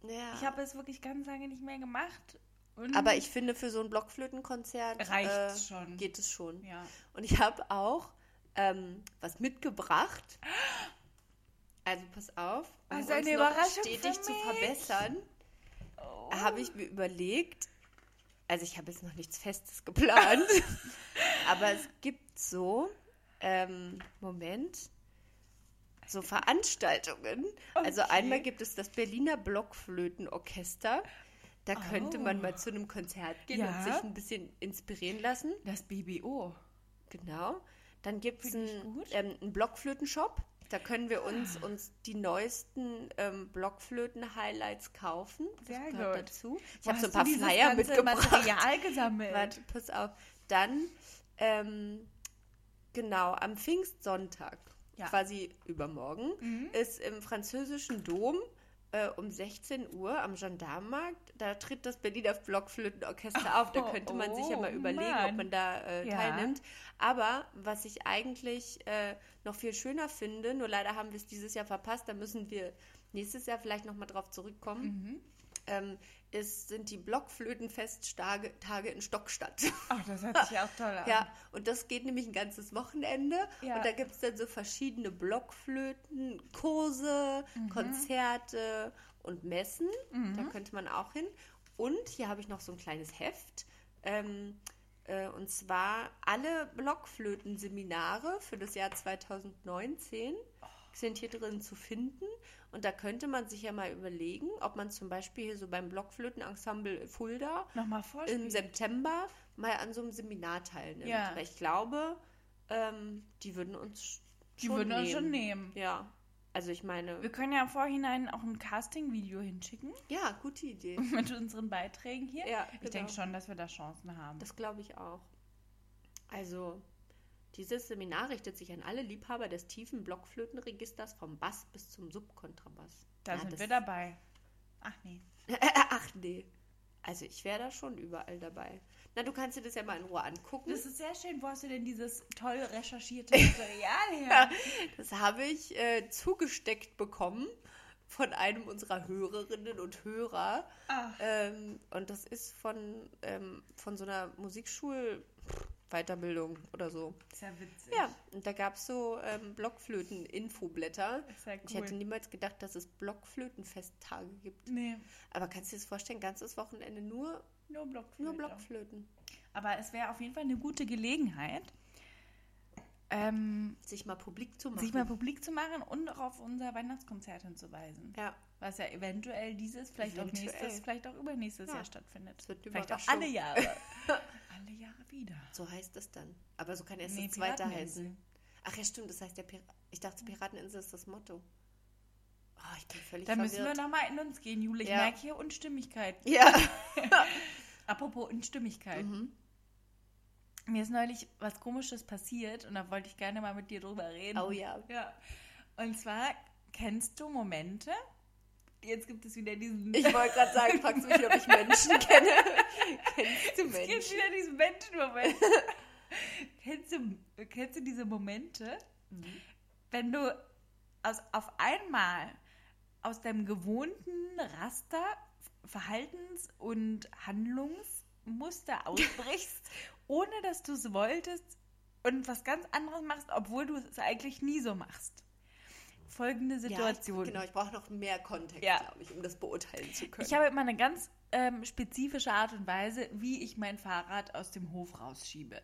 S4: Ja.
S3: Ich habe es wirklich ganz lange nicht mehr gemacht. Und
S4: Aber ich finde, für so ein Blockflötenkonzert
S3: Reicht's
S4: äh,
S3: schon.
S4: geht es schon.
S3: Ja.
S4: Und ich habe auch ähm, was mitgebracht. Also pass auf, um
S3: Also eine
S4: uns noch
S3: Überraschung
S4: stetig
S3: für
S4: zu
S3: mich.
S4: verbessern,
S3: Oh.
S4: habe ich mir überlegt, also ich habe jetzt noch nichts Festes geplant, aber es gibt so, ähm, Moment, so Veranstaltungen. Also
S3: Okay.
S4: einmal gibt es das Berliner Blockflötenorchester. Da könnte man
S3: Oh.
S4: mal zu einem Konzert gehen
S3: Ja.
S4: und sich ein bisschen inspirieren lassen.
S3: Das BBO.
S4: Genau. Dann gibt es
S3: Finde ich
S4: einen,
S3: gut. Ah.
S4: ähm, einen Blockflötenshop. Da können wir uns, uns die neuesten ähm, Blockflöten-Highlights kaufen. Das
S3: Sehr
S4: gehört
S3: gut.
S4: dazu. Ich
S3: Wo
S4: habe so ein
S3: hast
S4: paar
S3: du dieses
S4: Flyer
S3: ganze
S4: mitgebracht.
S3: Material gesammelt.
S4: Warte, pass auf. Dann, ähm, genau, am Pfingstsonntag,
S3: Ja. Mhm.
S4: quasi übermorgen, ist im französischen Dom äh, um 16 Uhr am Gendarmenmarkt, da tritt das Berliner Blockflötenorchester auf. Da
S3: Oh,
S4: könnte man sich ja
S3: oh,
S4: mal überlegen, ob
S3: Mann.
S4: man da äh,
S3: Ja.
S4: teilnimmt. Aber was ich eigentlich äh, noch viel schöner finde, nur leider haben wir es dieses Jahr verpasst, da müssen wir nächstes Jahr vielleicht nochmal drauf zurückkommen
S3: Mhm.
S4: ähm, ist, sind die Blockflötenfesttage Tage in Stockstadt.
S3: Ach, das hört sich auch toll an.
S4: ja, und das geht nämlich ein ganzes Wochenende.
S3: Ja.
S4: Und da gibt es dann so verschiedene Blockflöten, Kurse, Konzerte und Messen. Da
S3: Mhm.
S4: könnte man auch hin. Und hier habe ich noch so ein kleines Heft. Ähm, äh, und zwar alle Blockflötenseminare für das Jahr 2019 sind hier drin zu finden. Und da könnte man sich ja mal überlegen, ob man zum Beispiel hier so beim Blockflötenensemble Fulda
S3: Nochmal
S4: im
S3: vorspielen.
S4: September mal an so einem Seminar teilnimmt.
S3: Ja.
S4: Weil ich glaube, ähm, die würden uns sch-
S3: Die
S4: schon
S3: würden
S4: nehmen.
S3: uns schon nehmen.
S4: Ja. Also ich meine,
S3: Wir können ja im Vorhinein auch ein Casting-Video hinschicken
S4: ja, gute Idee.
S3: mit unseren Beiträgen hier.
S4: Ja,
S3: ich
S4: genau.
S3: denke schon, dass wir da Chancen haben.
S4: Das glaube ich auch. Also, dieses Seminar richtet sich an alle Liebhaber des tiefen Blockflötenregisters vom Bass bis zum Subkontrabass.
S3: da
S4: Ja,
S3: sind
S4: das-
S3: wir dabei. Ach nee.
S4: Ach nee. Also ich wäre da schon überall dabei. Na, du kannst dir das ja mal in Ruhe angucken.
S3: Das ist sehr schön. Wo hast du denn dieses toll recherchierte Material her?
S4: Das habe ich äh, zugesteckt bekommen von einem unserer Hörerinnen und Hörer.
S3: Ach.
S4: Ähm, und das ist von, ähm, von so einer Musikschul-Weiterbildung oder so.
S3: Ist ja witzig.
S4: Ja, und da gab es so ähm, Blockflöten-Infoblätter.
S3: Ist ja
S4: Ich
S3: cool.
S4: hätte niemals gedacht, dass es Blockflötenfesttage gibt.
S3: Nee,
S4: Aber kannst du dir das vorstellen, ganzes Wochenende nur,
S3: nur Blockflöte.
S4: nur Blockflöten?
S3: Aber es wäre auf jeden Fall eine gute Gelegenheit, ähm,
S4: Sich mal publik zu machen.
S3: sich mal publik zu machen und auch auf unser Weihnachtskonzert hinzuweisen.
S4: ja,
S3: Was ja eventuell dieses, vielleicht
S4: Eventuell.
S3: auch nächstes, vielleicht auch übernächstes
S4: Ja.
S3: Jahr stattfindet.
S4: Es wird eine
S3: vielleicht auch
S4: Überraschung.
S3: alle Jahre. alle Jahre wieder.
S4: so heißt es dann. Aber so kann erst
S3: Nee,
S4: das zweite
S3: Pirateninsel.
S4: heißen. Ach ja, stimmt, das heißt der Pir Ich dachte, Pirateninsel ist das Motto. Oh, ich bin völlig
S3: Da müssen wir
S4: verwirrt.
S3: nochmal in uns gehen, Jule. Ich
S4: Ja.
S3: merke hier Unstimmigkeit.
S4: ja.
S3: Apropos Unstimmigkeit.
S4: Mhm.
S3: Mir ist neulich was Komisches passiert und da wollte ich gerne mal mit dir drüber reden.
S4: Oh ja.
S3: Ja. Und zwar, kennst du Momente? Jetzt gibt es wieder diesen.
S4: Ich wollte gerade sagen, fragst du mich, ob ich Menschen kenne. Kennst du
S3: Es gibt
S4: Menschen?
S3: wieder diesen Menschenmoment. kennst, du, kennst du diese Momente,
S4: Mhm.
S3: wenn du aus, auf einmal aus deinem gewohnten Raster, Verhaltens- und Handlungsmuster ausbrichst, ohne dass du es wolltest und was ganz anderes machst, obwohl du es eigentlich nie so machst. Folgende Situation.
S4: Ja, ich, genau, ich brauche noch mehr Kontext,
S3: Ja.
S4: glaube ich, um das beurteilen zu können.
S3: Ich habe immer eine ganz ähm, spezifische Art und Weise, wie ich mein Fahrrad aus dem Hof rausschiebe.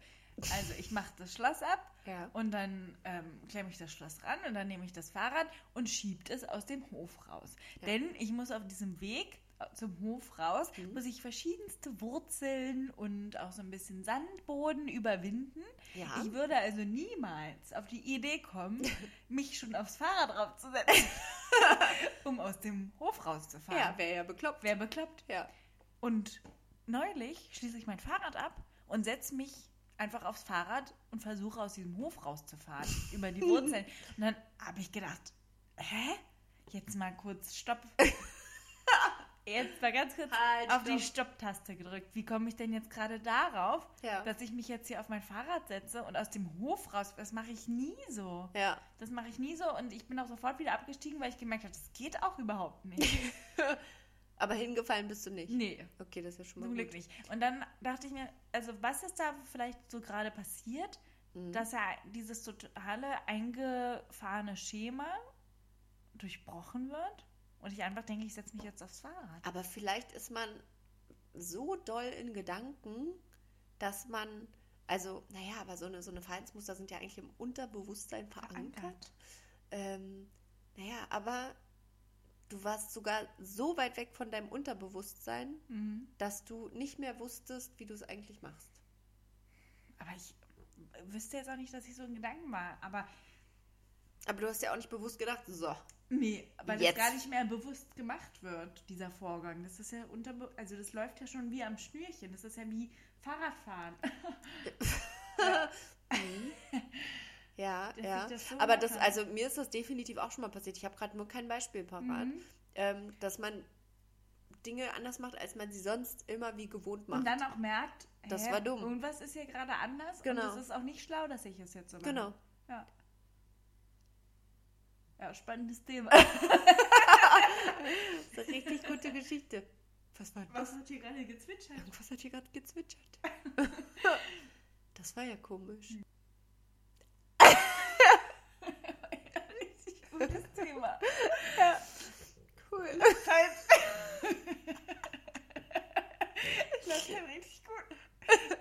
S3: Also ich mache das Schloss ab
S4: Ja.
S3: und dann ähm, klemme ich das Schloss ran und dann nehme ich das Fahrrad und schiebt es aus dem Hof raus.
S4: Ja.
S3: Denn ich muss auf diesem Weg zum Hof raus,
S4: Mhm.
S3: muss ich verschiedenste Wurzeln und auch so ein bisschen Sandboden überwinden.
S4: Ja.
S3: Ich würde also niemals auf die Idee kommen, mich schon aufs Fahrrad draufzusetzen, um aus dem Hof rauszufahren.
S4: ja, wäre ja bekloppt.
S3: Wer bekloppt?
S4: ja.
S3: Und neulich schließe ich mein Fahrrad ab und setze mich einfach aufs Fahrrad und versuche aus diesem Hof rauszufahren, über die Wurzeln. Und dann habe ich gedacht, hä? Jetzt mal kurz Stopp. Jetzt mal ganz kurz
S4: Halt,
S3: auf die
S4: Stopp.
S3: Stopp-Taste gedrückt. Wie komme ich denn jetzt gerade darauf,
S4: Ja.
S3: dass ich mich jetzt hier auf mein Fahrrad setze und aus dem Hof raus? Das mache ich nie so.
S4: Ja.
S3: Das mache ich nie so und ich bin auch sofort wieder abgestiegen, weil ich gemerkt habe, das geht auch überhaupt nicht.
S4: Aber hingefallen bist du nicht.
S3: nee.
S4: Okay, das ist ja schon mal
S3: Zum Glück
S4: gut.
S3: nicht. Und dann dachte ich mir, also was ist da vielleicht so gerade passiert,
S4: Mhm.
S3: dass er dieses totale eingefahrene Schema durchbrochen wird und ich einfach denke, ich setze mich jetzt aufs Fahrrad.
S4: Aber vielleicht ist man so doll in Gedanken, dass man, also, naja, aber so eine, so eine Verhaltensmuster sind ja eigentlich im Unterbewusstsein verankert.
S3: Verankert.
S4: Ähm, naja, aber du warst sogar so weit weg von deinem Unterbewusstsein,
S3: Mhm.
S4: dass du nicht mehr wusstest, wie du es eigentlich machst.
S3: Aber ich wüsste jetzt auch nicht, dass ich so in Gedanken war. Aber
S4: Aber du hast ja auch nicht bewusst gedacht, so,
S3: nee, weil
S4: Jetzt.
S3: das gar nicht mehr bewusst gemacht wird, dieser Vorgang. Das ist ja unterbe also das läuft ja schon wie am Schnürchen. Das ist ja wie Fahrradfahren.
S4: Ja,
S3: Dass
S4: ja.
S3: ich das so
S4: Aber
S3: gemacht
S4: das,
S3: habe.
S4: also mir ist das definitiv auch schon mal passiert. Ich habe gerade nur kein Beispiel parat,
S3: Mhm.
S4: ähm, dass man Dinge anders macht, als man sie sonst immer wie gewohnt macht.
S3: Und dann auch merkt,
S4: Das
S3: hä,
S4: war dumm.
S3: Irgendwas ist hier gerade anders
S4: Genau.
S3: und es ist auch nicht schlau, dass ich es jetzt so mache.
S4: genau.
S3: Ja. Ja, spannendes Thema.
S4: Das ist eine richtig gute Geschichte. Was war das?
S3: Was hat hier gerade gezwitschert?
S4: Irgendwas hat hier gerade gezwitschert. das war ja komisch.
S3: Richtig gutes Thema.
S4: Cool.
S3: Das klingt richtig gut.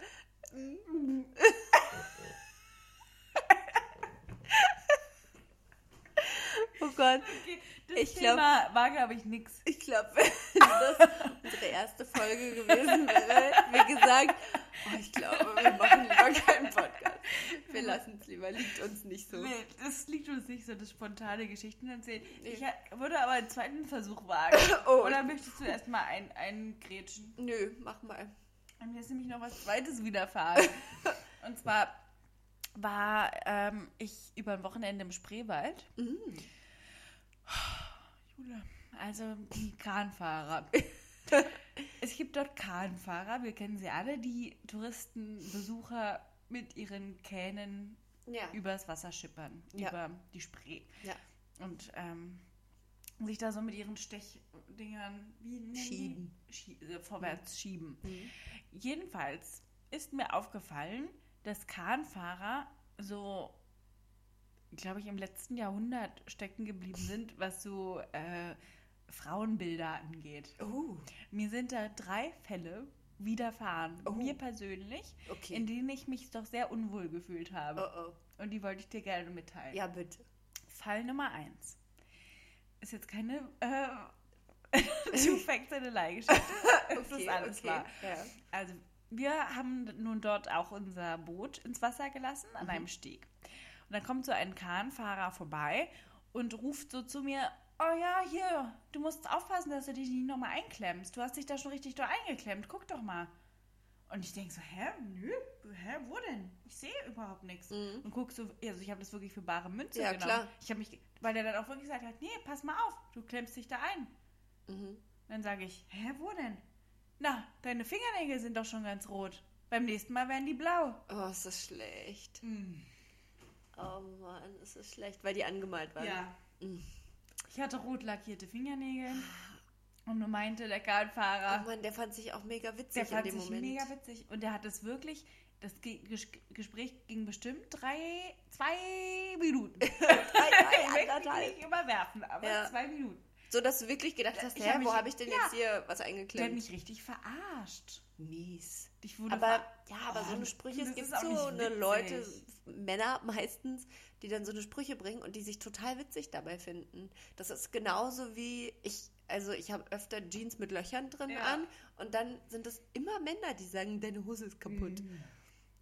S4: Oh Gott.
S3: Okay, das
S4: Ich glaub-
S3: Thema war, glaube ich, nix.
S4: Ich glaube, wenn das unsere erste Folge gewesen wäre, hätten wir gesagt, oh, ich glaube, wir machen lieber keinen Podcast. Wir lassen es lieber, liegt uns nicht so.
S3: Nee, das liegt uns nicht so, das spontane Geschichten erzählen.
S4: Nee.
S3: Ich ha- würde aber einen zweiten Versuch wagen.
S4: Oh.
S3: Oder möchtest du erstmal einen, einen grätschen?
S4: Nö, mach mal.
S3: Und mir ist nämlich noch was Zweites widerfahren. Und zwar war ähm, ich über ein Wochenende im Spreewald.
S4: Mm.
S3: Oh, Jule, also die Kahnfahrer. es gibt dort Kahnfahrer, wir kennen sie alle, die Touristenbesucher mit ihren Kähnen
S4: Ja.
S3: übers Wasser schippern,
S4: Ja.
S3: über die Spree.
S4: ja.
S3: Und ähm, sich da so mit ihren Stechdingern wie nennen die?
S4: Schieben. Mhm.
S3: Schie äh, vorwärts schieben. Jedenfalls ist mir aufgefallen, dass Kahnfahrer so, glaube ich, im letzten Jahrhundert stecken geblieben sind, was so äh, Frauenbilder angeht.
S4: Oh,
S3: Mir sind da drei Fälle widerfahren,
S4: Oh.
S3: mir persönlich,
S4: Okay.
S3: in denen ich mich doch sehr unwohl gefühlt
S4: oh,
S3: habe.
S4: oh.
S3: Und die wollte ich dir gerne mitteilen.
S4: Ja, bitte.
S3: Fall Nummer eins. Ist jetzt keine äh, Two Facts in a Lie Geschichte. Das ist alles wahr.
S4: Ja.
S3: Also, wir haben nun dort auch unser Boot ins Wasser gelassen an
S4: Mhm.
S3: einem Steg. Und dann kommt so ein Kahnfahrer vorbei und ruft so zu mir: Oh ja, hier, du musst aufpassen, dass du dich nicht nochmal einklemmst. Du hast dich da schon richtig doll eingeklemmt. Guck doch mal. Und ich denke so: Hä? Nö? Hä? Wo denn? Ich sehe überhaupt nichts. Und guck so, also ich habe das wirklich für bare Münze
S4: Mhm. Ja,
S3: genommen.
S4: klar.
S3: Ich habe mich, ge- weil der dann auch wirklich gesagt hat: Nee, pass mal auf, du klemmst dich da ein.
S4: Mhm.
S3: Dann sage ich, hä, wo denn? Na, deine Fingernägel sind doch schon ganz rot. Beim nächsten Mal werden die blau.
S4: Oh, ist das schlecht. Oh Mann, ist das schlecht, weil Hm. die angemalt waren.
S3: Ja. Ich hatte rot lackierte Fingernägel und nur meinte der Kartfahrer,
S4: Oh Mann, der fand sich auch mega witzig
S3: der fand
S4: in dem
S3: sich
S4: Moment.
S3: mega witzig und der hat es wirklich. Das Ge- Ges- Gespräch ging bestimmt drei, zwei Minuten.
S4: Ei, ei,
S3: Ich möchte mich
S4: anderthalb.
S3: nicht überwerfen, aber
S4: Ja.
S3: zwei Minuten.
S4: So dass du wirklich gedacht hast,
S3: Ich
S4: hä,
S3: hab
S4: wo
S3: mich-
S4: habe ich denn
S3: ja.
S4: jetzt hier was
S3: Der hat
S4: eingeklemmt?
S3: mich richtig verarscht.
S4: Mies.
S3: Ich wurde
S4: Aber
S3: ver-
S4: ja, aber so
S3: Oh,
S4: eine Sprüche,
S3: das
S4: es gibt
S3: ist auch
S4: so
S3: nicht
S4: eine Leute,
S3: witzig.
S4: Männer meistens, die dann so eine Sprüche bringen und die sich total witzig dabei finden. Das ist genauso wie ich, also ich habe öfter Jeans mit Löchern drin
S3: Ja.
S4: an und dann sind es immer Männer, die sagen, deine Hose ist kaputt.
S3: Hm.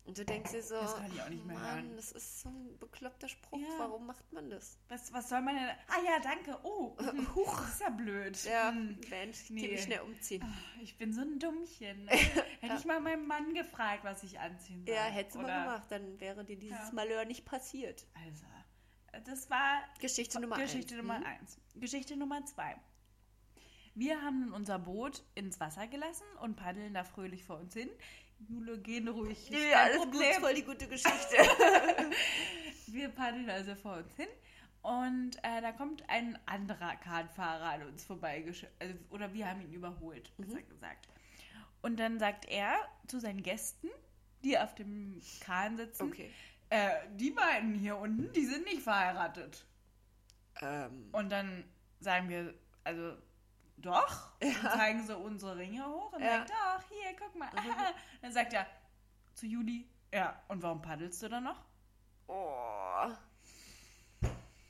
S4: Und du denkst dir so,
S3: Mhm. Das kann ich auch nicht
S4: "Oh
S3: mehr
S4: Mann,
S3: hören."
S4: das ist so ein bekloppter Spruch.
S3: Ja.
S4: Warum macht man das?
S3: Was, was soll man denn? Ah ja, danke. Oh, mhm.
S4: Äh, Huch.
S3: das ist ja blöd.
S4: Ja,
S3: Hm.
S4: Mensch, ich
S3: nee.
S4: mich schnell umziehen.
S3: Ich bin so ein Dummchen. ne? Hätte ich mal meinen Mann gefragt, was ich anziehen soll.
S4: Ja, hättest du
S3: oder-
S4: mal gemacht, dann wäre dir dieses
S3: Ja.
S4: Malheur nicht passiert.
S3: Also, das war
S4: Geschichte Nummer
S3: Geschichte
S4: eins. Mhm.
S3: Nummer eins. Geschichte Nummer zwei. Wir haben unser Boot ins Wasser gelassen und paddeln da fröhlich vor uns hin. Jule, gehen ruhig. ist
S4: Nee,
S3: kein
S4: alles
S3: Problem.
S4: gut, voll die gute Geschichte.
S3: Wir paddeln also vor uns hin und äh, da kommt ein anderer Kahnfahrer an uns vorbei. Also, oder wir haben ihn überholt, besser
S4: Mhm.
S3: gesagt. Und dann sagt er zu seinen Gästen, die auf dem Kahn sitzen,
S4: Okay.
S3: äh, die beiden hier unten, die sind nicht verheiratet.
S4: ähm,
S3: Und dann sagen wir, also doch, und zeigen so unsere Ringe hoch und
S4: Ja. Mhm.
S3: sagen, doch, hier, guck mal. dann sagt er zu Juli, ja, und warum paddelst du dann noch?
S4: oh.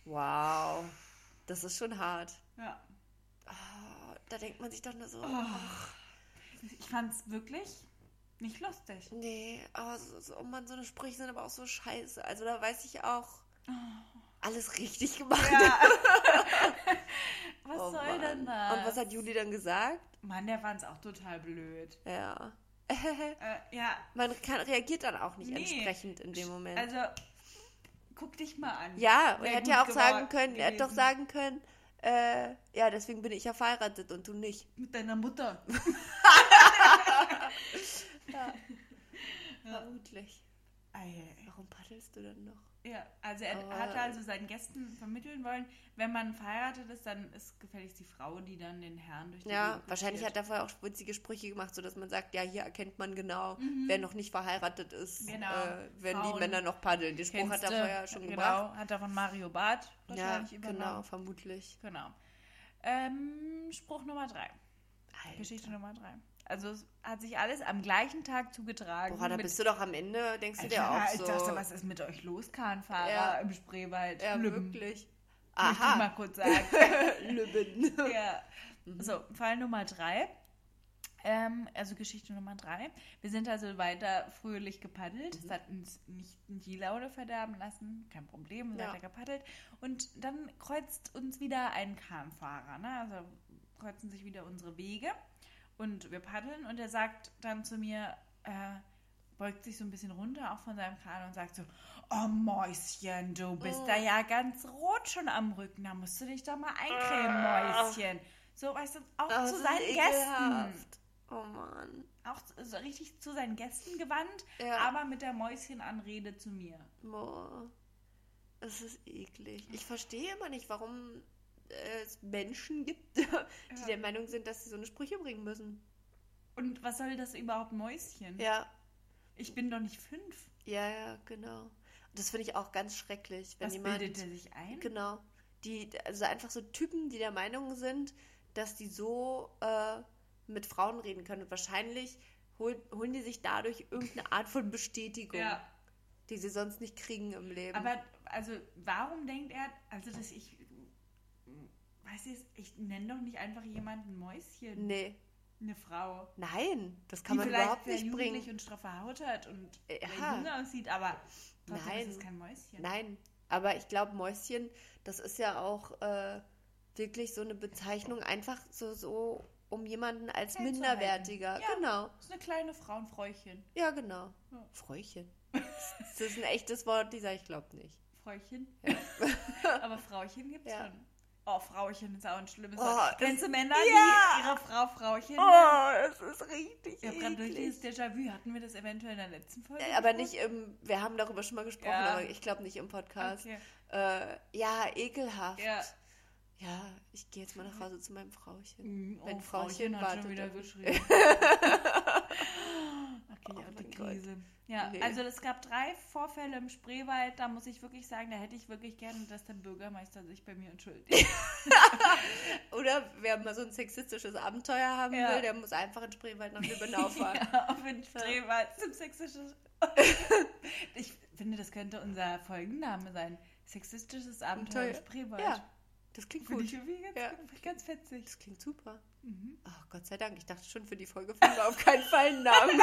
S4: Wow. Das ist schon hart.
S3: Ja.
S4: Oh, da denkt man sich doch nur so,
S3: Ah. Oh. Ich fand's wirklich nicht lustig.
S4: nee, aber so, so, oh Mann, so eine Sprüche sind aber auch so scheiße. Also da weiß ich auch,
S3: Ah.
S4: alles richtig gemacht.
S3: Was
S4: oh,
S3: soll
S4: Mann.
S3: denn das?
S4: Und was hat Juli dann gesagt?
S3: Mann, der fand's auch total blöd.
S4: Ja.
S3: Äh, ja,
S4: Man kann, reagiert dann auch nicht
S3: Nee.
S4: entsprechend in dem Moment.
S3: also guck dich mal an.
S4: Ja, und
S3: Wär
S4: er hätte
S3: gut
S4: ja auch sagen
S3: geworden
S4: können, er hätte doch
S3: gewesen.
S4: sagen können, äh, ja, deswegen bin ich ja verheiratet und du nicht.
S3: Mit deiner Mutter.
S4: Vermutlich.
S3: Ei,
S4: Warum paddelst du dann noch?
S3: Ja, also er
S4: Aber-
S3: hatte also seinen Gästen vermitteln wollen, wenn man verheiratet ist, dann ist gefälligst die Frau, die dann den Herrn durch die
S4: Ja,
S3: Gegend
S4: wahrscheinlich hat
S3: kutschiert.
S4: er vorher auch witzige Sprüche gemacht, sodass man sagt, ja, hier erkennt man genau, wer noch nicht verheiratet ist,
S3: Mhm. Genau.
S4: äh, wenn die
S3: Frauen-
S4: Männer noch paddeln. Den Spruch hat er
S3: Kennste,
S4: vorher schon
S3: genau,
S4: gebracht.
S3: hat er von Mario Barth
S4: Ja,
S3: wahrscheinlich
S4: genau,
S3: übernommen.
S4: vermutlich.
S3: Genau. Ähm, Spruch Nummer drei.
S4: Alter.
S3: Geschichte Nummer drei. Also es hat sich alles am gleichen Tag zugetragen.
S4: Boah, da
S3: mit-
S4: bist du doch am Ende, denkst du dir
S3: Alter,
S4: auch
S3: Ich
S4: so.
S3: dachte, was ist mit euch los, Kahnfahrer
S4: Ja.
S3: im Spreewald?
S4: ja,
S3: Lübben. Möchte
S4: wirklich.
S3: ich mal
S4: Aha,
S3: kurz sagen.
S4: Lübben.
S3: Ja. So, Fall Nummer drei. Ähm, also Geschichte Nummer drei. Wir sind also weiter fröhlich gepaddelt. Es hat uns nicht die Laune verderben lassen. Kein Problem, wir sind
S4: Ja.
S3: weiter gepaddelt. Und dann kreuzt uns wieder ein Kahnfahrer. Ne? Also kreuzen sich wieder unsere Wege. Und wir paddeln. Und er sagt dann zu mir, äh, beugt sich so ein bisschen runter auch von seinem Kahn und sagt so, oh Mäuschen, du bist
S4: Oh.
S3: da ja ganz rot schon am Rücken, da musst du dich doch mal
S4: Ah.
S3: eincremen, Mäuschen. So, weißt du, auch
S4: Oh,
S3: zu
S4: das ist
S3: seinen Gästen.
S4: ekelhaft. Oh Mann.
S3: Auch zu- so richtig zu seinen Gästen gewandt,
S4: Ja.
S3: aber mit der Mäuschenanrede zu mir.
S4: Boah, es ist eklig. Ich verstehe immer nicht, warum äh, es Menschen gibt, die der Meinung sind, dass sie so eine Sprüche bringen müssen.
S3: Und was soll das überhaupt Mäuschen?
S4: Ja,
S3: Ich bin doch nicht fünf.
S4: ja, ja, genau. Und Das finde ich auch ganz schrecklich, wenn
S3: Was
S4: jemand,
S3: bildet er sich ein?
S4: genau, die, also einfach so Typen, die der Meinung sind, dass die so äh, mit Frauen reden können. Und wahrscheinlich holen, holen die sich dadurch irgendeine Art von Bestätigung,
S3: Ja.
S4: die sie sonst nicht kriegen im Leben.
S3: Aber also warum denkt er, also dass ich, weiß ich, ich nenne doch nicht einfach jemanden Mäuschen.
S4: nee,
S3: Eine Frau.
S4: nein, das kann
S3: die
S4: man
S3: vielleicht
S4: überhaupt
S3: sehr
S4: nicht
S3: jugendlich
S4: bringen. Äh,
S3: und straffe Haut hat und
S4: Ja.
S3: sehr jung aussieht, aber trotzdem
S4: Nein.
S3: ist es kein Mäuschen.
S4: Nein, aber ich glaube, Mäuschen, das ist ja auch äh, wirklich so eine Bezeichnung, einfach so, so um jemanden als
S3: Klein zu
S4: minderwertiger.
S3: halten. Ja.
S4: Genau,
S3: Das ist eine kleine Frauenfräuchen.
S4: ja, genau.
S3: Ja.
S4: Fräuchen. Ist das ein echtes Wort, Lisa? Ich glaube nicht.
S3: Fräuchen. aber Frauchen gibt's
S4: Ja.
S3: schon. Oh, Frauchen ist auch ein schlimmes
S4: Oh,
S3: Wort.
S4: das-
S3: Kennst du Männer,
S4: Ja.
S3: die ihre Frau Frauchen nennen?
S4: Oh, das ist
S3: Genau.
S4: richtig.
S3: Ich habe gerade durch
S4: eklig.
S3: dieses Déjà-vu. Hatten wir das eventuell in der letzten Folge?
S4: Äh, Aber
S3: besprochen?
S4: nicht im, wir haben darüber schon mal gesprochen,
S3: Ja.
S4: aber ich glaube nicht im Podcast.
S3: Okay.
S4: Äh, ja, ekelhaft.
S3: Ja. Mhm.
S4: Ja, ich gehe jetzt mal nach Hause zu meinem Frauchen.
S3: Mm,
S4: Mein
S3: oh,
S4: Frauchen
S3: Frauchen hat
S4: wartet
S3: schon wieder
S4: auf mich.
S3: geschrieben. Okay,
S4: Oh
S3: auch die
S4: mein Gott.
S3: Krise. Ja,
S4: Nee.
S3: also es gab drei Vorfälle im Spreewald, da muss ich wirklich sagen, da hätte ich wirklich gerne, dass der Bürgermeister sich bei mir entschuldigt.
S4: Oder wer mal so ein sexistisches Abenteuer haben
S3: Ja.
S4: will, der muss einfach in Spreewald nach Lübbenau fahren.
S3: ja, auf den Spreewald zum sexistischen. ich finde, das könnte unser Folgenname sein. Sexistisches Abenteuer im
S4: Abenteuer.
S3: Spreewald.
S4: Ja, das klingt
S3: Finde
S4: gut.
S3: ich irgendwie ganz,
S4: Ja.
S3: ganz fetzig.
S4: Das klingt super.
S3: Mhm.
S4: Ach, Gott sei Dank. Ich dachte schon, für die Folge finden wir auf keinen Fall einen Namen.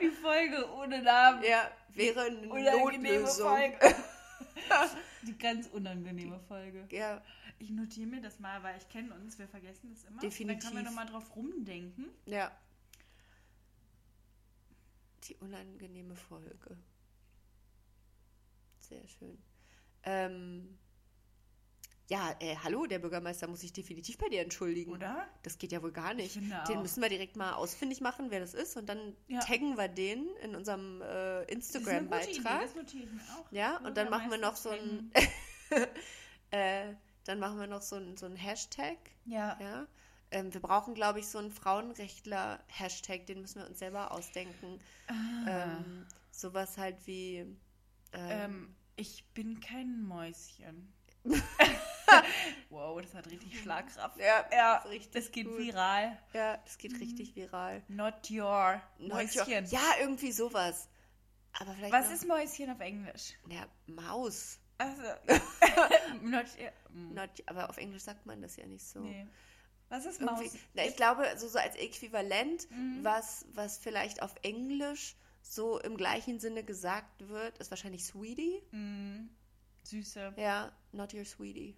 S3: Die Folge ohne Namen.
S4: ja, wäre eine
S3: Unangenehme
S4: Notlösung.
S3: Folge. Die ganz unangenehme Folge.
S4: Ja,
S3: Ich notiere mir das mal, weil ich kenne uns, wir vergessen das immer.
S4: Definitiv.
S3: Dann können wir nochmal drauf rumdenken.
S4: ja. Die unangenehme Folge. Sehr schön. Ähm, ja, äh, hallo, der Bürgermeister muss sich definitiv bei dir entschuldigen.
S3: Oder?
S4: Das geht ja wohl gar nicht.
S3: finde
S4: Den
S3: auch.
S4: müssen wir direkt mal ausfindig machen, wer das ist, und dann
S3: Ja.
S4: taggen wir den in unserem äh, Instagram-Beitrag.
S3: Das notiere ich mir auch.
S4: Ja, und dann machen wir noch so ein, äh, dann machen wir noch so ein, so ein Hashtag.
S3: Ja.
S4: Ja. Ähm, wir brauchen, glaube ich, so einen Frauenrechtler-Hashtag, den müssen wir uns selber ausdenken. Ähm, sowas halt wie. Ähm,
S3: Ah. Ähm, ich bin kein Mäuschen. wow, das hat richtig Schlagkraft.
S4: ja,
S3: Ja,
S4: das ist richtig
S3: das geht
S4: gut.
S3: viral.
S4: Ja, das geht richtig viral.
S3: Not your Mäuschen.
S4: Ja, genau. irgendwie sowas. Aber vielleicht
S3: Was
S4: noch,
S3: ist Mäuschen auf Englisch?
S4: Na, Maus.
S3: Also, not your, mm,
S4: Not, aber auf Englisch sagt man das ja nicht so.
S3: nee. Was ist
S4: Irgendwie-
S3: Maus? Mhm. Hm?
S4: Na, ich glaube, so, so als Äquivalent, was, was vielleicht auf Englisch so im gleichen Sinne gesagt wird, ist wahrscheinlich Sweetie.
S3: Mm, süße.
S4: Ja, not your Sweetie.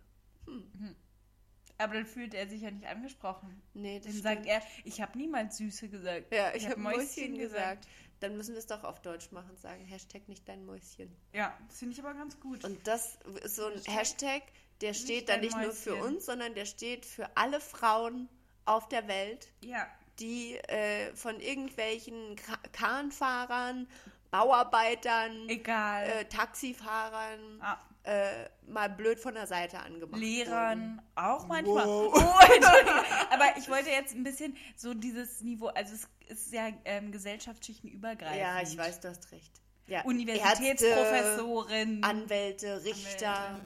S3: Aber dann fühlt er sich ja nicht angesprochen.
S4: Nee,
S3: Dann
S4: das
S3: sagt er,
S4: stimmt.
S3: ich habe niemals Süße gesagt.
S4: Ja, ich,
S3: hab
S4: habe Mäuschen gesagt. Dann müssen wir es doch auf Deutsch machen, sagen Hashtag nicht dein Mäuschen.
S3: Ja, das finde ich aber ganz gut.
S4: Und das ist so ein
S3: Hashtag
S4: Hashtag, der
S3: nicht
S4: steht dann
S3: dein
S4: nicht nur für
S3: Mäuschen.
S4: uns, sondern der steht für alle Frauen auf der Welt,
S3: ja,
S4: die äh, von irgendwelchen Ka Kahnfahrern, Bauarbeitern,
S3: egal.
S4: äh, Taxifahrern
S3: ah,
S4: äh, mal blöd von der Seite angemacht wurden.
S3: Lehrern auch manchmal.
S1: Wow.
S3: Oh, Entschuldigung. aber ich wollte jetzt ein bisschen so dieses Niveau, also es ist ja ähm, gesellschaftsschichtenübergreifend.
S4: Ja, ich weiß, du hast recht. Ja.
S3: Universitätsprofessorin.
S4: Ärzte, Anwälte, Richter,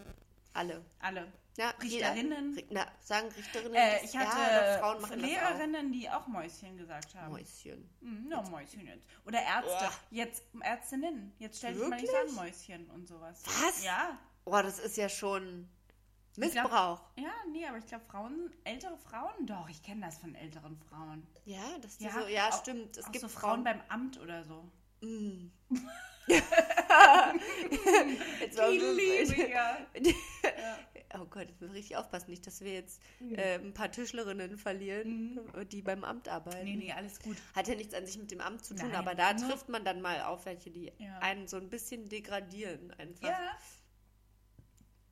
S4: alle.
S3: alle.
S4: Ja,
S3: Richterinnen.
S4: Jeder. Ri- Na, sagen Richterinnen.
S3: Äh,
S4: das-
S3: ich hatte
S4: ja, doch, Frauen machen
S3: Lehrerinnen, die auch Mäuschen gesagt
S4: das auch.
S3: haben.
S4: Mäuschen.
S3: Hm, Na, Mäuschen jetzt. Oder Ärzte.
S4: Boah.
S3: Jetzt Ärztinnen. Jetzt stell dich mal nicht so an
S4: Wirklich?
S3: Mäuschen und sowas.
S4: Was?
S3: Ja.
S4: Boah, das ist ja schon
S3: glaub-
S4: Missbrauch.
S3: Ja, nee, aber ich glaube, Frauen, ältere Frauen, doch, ich kenne das von älteren Frauen.
S4: ja, das ja, so, ja stimmt. Es
S3: auch
S4: gibt
S3: so Frauen beim Amt oder so.
S4: Mm. Jetzt war
S3: ja.
S4: Oh Gott, jetzt müssen wir richtig aufpassen, nicht, dass wir jetzt äh, ein paar Tischlerinnen verlieren, die beim Amt arbeiten.
S3: Mhm. Nee, nee, alles gut.
S4: Hat ja nichts an sich mit dem Amt zu tun,
S3: Nein,
S4: aber da
S3: nur-
S4: trifft man dann mal auf welche, die
S3: Ja.
S4: einen so ein bisschen degradieren einfach.
S3: Ja.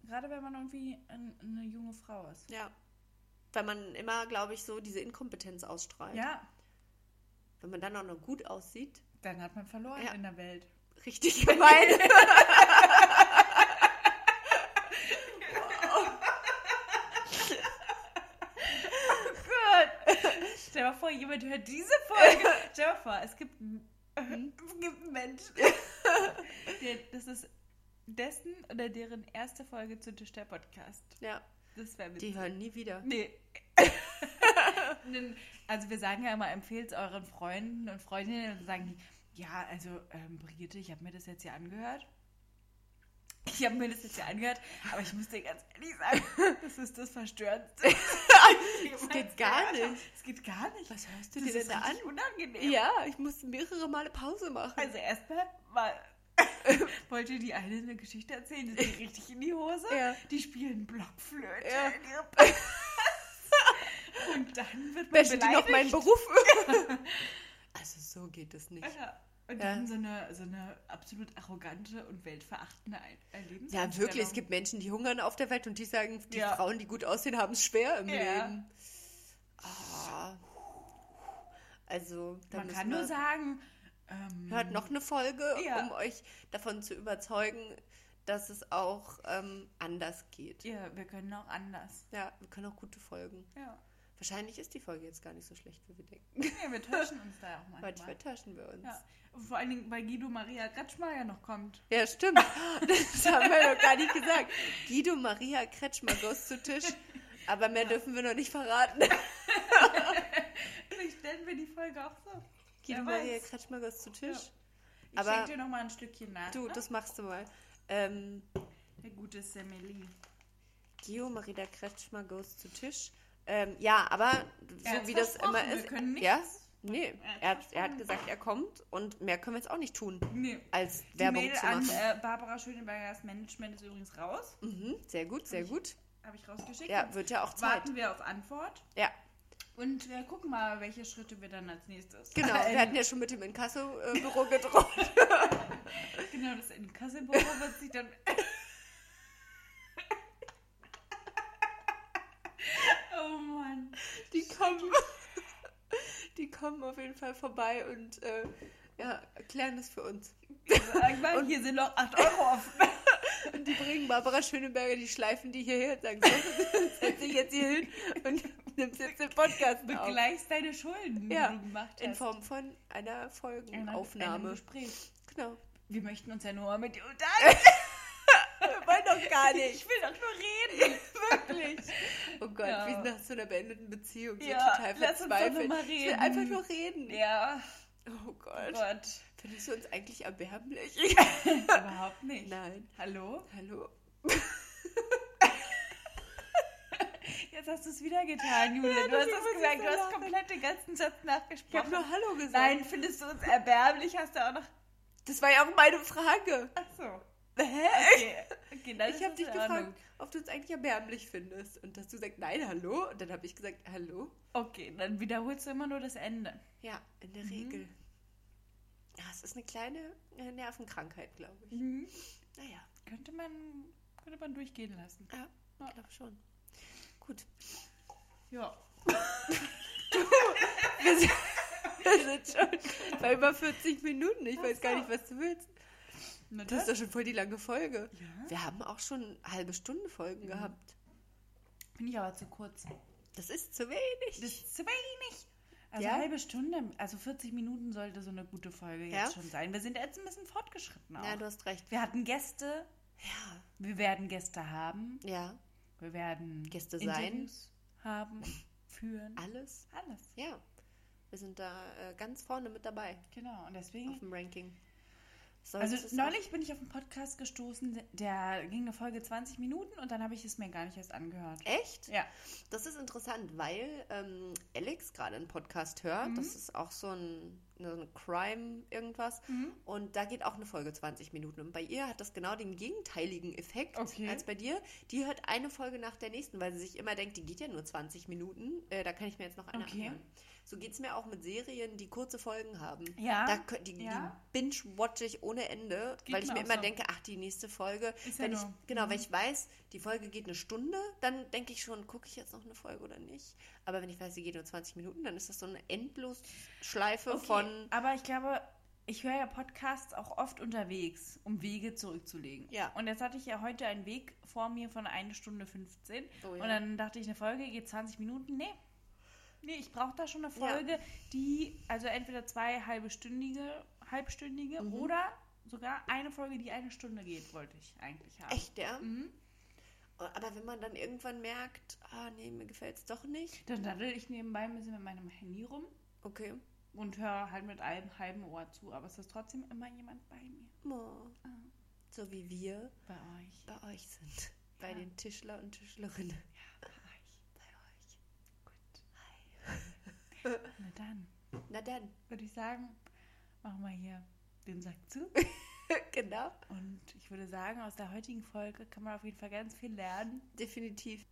S3: Gerade wenn man irgendwie ein, eine junge Frau ist.
S4: Ja. Weil man immer, glaube ich, so diese Inkompetenz ausstrahlt.
S3: Ja,
S4: Wenn man dann auch noch gut aussieht,
S3: dann hat man verloren
S4: Ja.
S3: in der Welt.
S4: richtig gemein.
S3: Gott. Stell dir mal vor, jemand hört diese Folge. Stell dir mal vor, es gibt, es gibt einen Menschen. Der, das ist dessen oder deren erste Folge zu Tisch der Podcast.
S4: ja,
S3: Das wäre witzig.
S4: die hören nie wieder.
S3: Nee. Nen- also wir sagen ja immer, empfehlt es euren Freunden und Freundinnen und sagen die, ja, also ähm, Brigitte, ich habe mir das jetzt hier angehört. Ich habe mir das jetzt hier angehört, aber ich muss dir ganz ehrlich sagen, das ist das Verstörendste. das
S4: geht gar nicht.
S3: Das geht gar nicht.
S4: Was hörst
S3: das ist
S4: da
S3: richtig unangenehm.
S4: Ja, ich musste mehrere Male Pause machen.
S3: Also erstmal mal wollte die eine eine Geschichte erzählen, das geht richtig in die Hose.
S4: Ja.
S3: Die spielen Blockflöte
S4: Ja.
S3: in ihre Pause. Und dann wird man
S4: Wäsche die
S3: beleidigt.
S4: noch meinen Beruf. also so geht es nicht.
S3: Ja. Und
S4: Ja.
S3: dann so eine, so eine absolut arrogante und weltverachtende Ein- äh, Lebenseinstellung.
S4: Ja, wirklich. Es gibt Menschen, die hungern auf der Welt und die sagen, die
S3: Ja.
S4: Frauen, die gut aussehen, haben es schwer im
S3: Ja.
S4: Leben. Ah. Also, da
S3: Man
S4: müssen
S3: kann nur
S4: wir-
S3: sagen, ähm,
S4: hört noch eine Folge,
S3: Ja.
S4: um euch davon zu überzeugen, dass es auch ähm, anders geht. Ja.
S3: ja, wir können auch anders.
S4: wir können auch gute Folgen.
S3: Ja.
S4: Wahrscheinlich ist die Folge jetzt gar nicht so schlecht, wie wir denken.
S3: ja, wir täuschen uns da auch manchmal.
S4: Manchmal täuschen wir uns.
S3: Ja.
S4: Ja,
S3: Und Vor allen Dingen, weil Guido Maria Kretschmeier noch kommt.
S4: stimmt. Das haben wir noch gar nicht gesagt. Guido Maria Kretschmer goes zu Tisch. Aber mehr dürfen wir noch nicht verraten.
S3: Vielleicht stellen wir die Folge auch so.
S4: Guido
S3: Wer
S4: Maria
S3: weiß.
S4: Kretschmer goes zu Tisch.
S3: Ich
S4: Aber-
S3: schenke dir noch mal ein Stückchen nach.
S4: Du,
S3: ne?
S4: das machst du mal. Ähm,
S3: Der gute Semeli.
S4: Gio Marida Kretschmer goes zu Tisch. Ähm, ja, aber
S3: Er
S4: so
S3: hat's
S4: wie das immer
S3: versprochen, wir
S4: ist.
S3: können nichts.
S4: Ja? Nee,
S3: hat's
S4: er hat, er
S3: versprochen.
S4: hat gesagt, er kommt und mehr können wir jetzt auch nicht tun,
S3: Nee.
S4: als
S3: Die
S4: Werbung
S3: Mail
S4: zu
S3: an
S4: machen.
S3: äh, Barbara Schönebergers Management ist übrigens raus.
S4: mhm, sehr gut, sehr gut.
S3: Habe ich rausgeschickt.
S4: Ja, wird ja auch Zeit.
S3: Warten wir auf Antwort
S4: Ja,
S3: und wir gucken mal, welche Schritte wir dann als nächstes.
S4: genau.
S3: Äh,
S4: Wir hatten ja schon mit dem Inkasso-Büro gedroht.
S3: genau das in Kasselbüro wird sich dann. oh Mann.
S4: Die kommen, die kommen auf jeden Fall vorbei und äh, ja, erklären das für uns.
S3: Sag mal, Also, hier sind noch 8 Euro offen.
S4: Und die bringen Barbara Schöneberger, die schleifen die hierher und sagen, so, setz dich jetzt hier hin und nimmst jetzt den Podcast auf.
S3: Begleichst deine Schulden,
S4: Ja,
S3: die du gemacht hast.
S4: In Form von einer
S3: Einer- einem
S4: Folgenaufnahme.
S3: Gespräch.
S4: Genau.
S3: Wir möchten uns ja nur mit dir unterhalten.
S4: Wir wollen doch gar
S3: Ich will doch nur reden.
S4: Wirklich. Oh Gott,
S3: Ja.
S4: wie nach so einer beendeten Beziehung. So
S3: Ja,
S4: total
S3: lass uns doch
S4: verzweifelt.
S3: noch mal
S4: Ich will
S3: reden.
S4: einfach nur reden.
S3: ja,
S4: Oh
S3: oh
S4: Gott.
S3: Gott.
S4: Findest du uns eigentlich erbärmlich?
S3: Überhaupt nicht.
S4: Nein.
S3: Hallo?
S4: Hallo.
S3: Jetzt hast du es wieder getan, Julia. du hast
S4: deswegen
S3: es
S4: muss ich
S3: gesagt,
S4: so
S3: du hast
S4: lachen.
S3: komplett den ganzen Satz
S4: Ich habe
S3: nachgesprochen.
S4: nur Hallo gesagt.
S3: Nein, findest du uns erbärmlich? Hast du auch noch.
S4: Das war ja auch meine Frage.
S3: Ach so.
S4: Hä?
S3: Okay, okay dann
S4: Ich
S3: ist
S4: habe
S3: das
S4: dich
S3: in Ordnung.
S4: gefragt, ob du uns eigentlich erbärmlich findest. Und dass du sagst, nein, hallo. Und dann habe ich gesagt, hallo.
S3: Okay, dann wiederholst du immer nur das Ende.
S4: Ja, in der Regel. Ja, es ist eine kleine äh, Nervenkrankheit, glaube ich. Naja,
S3: Könnte man, könnte man durchgehen lassen.
S4: ja, ich glaube schon. Gut.
S3: Ja.
S4: Wir sind, wir sind schon bei über 40 Minuten. Ich weiß gar nicht, was du willst.
S3: Na
S4: Das ist
S3: dann.
S4: doch schon voll die lange Folge.
S3: Ja.
S4: Wir haben auch schon halbe Stunde Folgen gehabt.
S3: Finde ich aber zu kurz.
S4: Das ist zu
S3: Das
S4: wenig.
S3: ist zu wenig. Also
S4: Ja?
S3: eine halbe Stunde, also 40 Minuten sollte so eine gute Folge jetzt
S4: Ja?
S3: schon sein. Wir sind jetzt ein bisschen fortgeschritten auch.
S4: Ja, du hast recht.
S3: wir hatten Gäste,
S4: Ja.
S3: wir werden Gäste haben,
S4: Ja,
S3: wir werden
S4: Gäste sein.
S3: Interviews haben, führen,
S4: alles.
S3: alles.
S4: Ja. Wir sind da äh, ganz vorne mit dabei
S3: Genau, und
S4: auf
S3: deswegen...
S4: dem Ranking. Soll
S3: Also
S4: es das
S3: neulich bin ich auf einen Podcast gestoßen, der ging eine Folge 20 Minuten und dann habe ich es mir gar nicht erst angehört.
S4: auch- Echt?
S3: Ja,
S4: Das ist interessant, weil ähm, Alex gerade einen Podcast hört.
S3: Mhm.
S4: Das ist auch so ein, so ein Crime irgendwas.
S3: Mhm.
S4: Und da geht auch eine Folge 20 Minuten. Und bei ihr hat das genau den gegenteiligen Effekt
S3: Okay.
S4: als bei dir. Die hört eine Folge nach der nächsten, weil sie sich immer denkt, die geht ja nur 20 Minuten. Äh, da kann ich mir jetzt noch eine
S3: Okay.
S4: anhören. So geht es mir auch mit Serien, die kurze Folgen haben.
S3: Ja.
S4: Da, kö- die,
S3: Ja.
S4: die binge-watch ich ohne Ende,
S3: Geht
S4: weil ich
S3: mir
S4: mir
S3: auch
S4: immer
S3: so.
S4: denke, ach, die nächste Folge.
S3: Ist ja
S4: wenn ich,
S3: nur-
S4: genau, wenn ich weiß, die Folge geht eine Stunde, dann denke ich schon, gucke ich jetzt noch eine Folge oder nicht. Aber wenn ich weiß, sie geht nur 20 Minuten, dann ist das so eine Endlosschleife
S3: okay.
S4: von.
S3: aber ich glaube, ich höre ja Podcasts auch oft unterwegs, um Wege zurückzulegen.
S4: Ja.
S3: Und jetzt hatte ich ja heute einen Weg vor mir von 1 Stunde 15.
S4: Oh ja.
S3: Und dann dachte ich, eine Folge geht 20 Minuten. Nee. Nee, ich brauche da schon eine Folge, die, also entweder zwei halbstündige, halbstündige
S4: Mhm.
S3: oder sogar eine Folge, die eine Stunde geht, wollte ich eigentlich haben.
S4: Echt, ja?
S3: Mhm.
S4: Aber wenn man dann irgendwann merkt, ah, nee, mir gefällt es doch nicht.
S3: Dann daddel ich nebenbei ein bisschen mit meinem Handy rum
S4: Okay.
S3: und höre halt mit einem halben Ohr zu, aber es ist trotzdem immer jemand bei mir,
S4: Oh.
S3: Ah.
S4: So wie wir
S3: bei euch.
S4: bei euch sind. Bei
S3: Ja.
S4: den Tischler und Tischlerinnen.
S3: Bei euch.
S4: Bei euch.
S3: Gut. Na dann
S4: Na dann,
S3: würde ich sagen, machen wir hier den Sack zu.
S4: genau.
S3: Und ich würde sagen, aus der heutigen Folge kann man auf jeden Fall ganz viel lernen.
S4: Definitiv.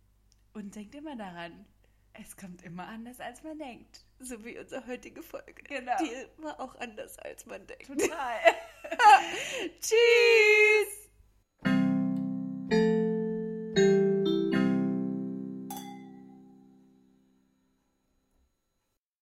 S3: Und denkt immer daran, Es kommt immer anders, als man denkt.
S4: So wie unsere heutige Folge.
S3: Genau.
S4: Die war auch anders, als man denkt.
S3: Total.
S4: Tschüss!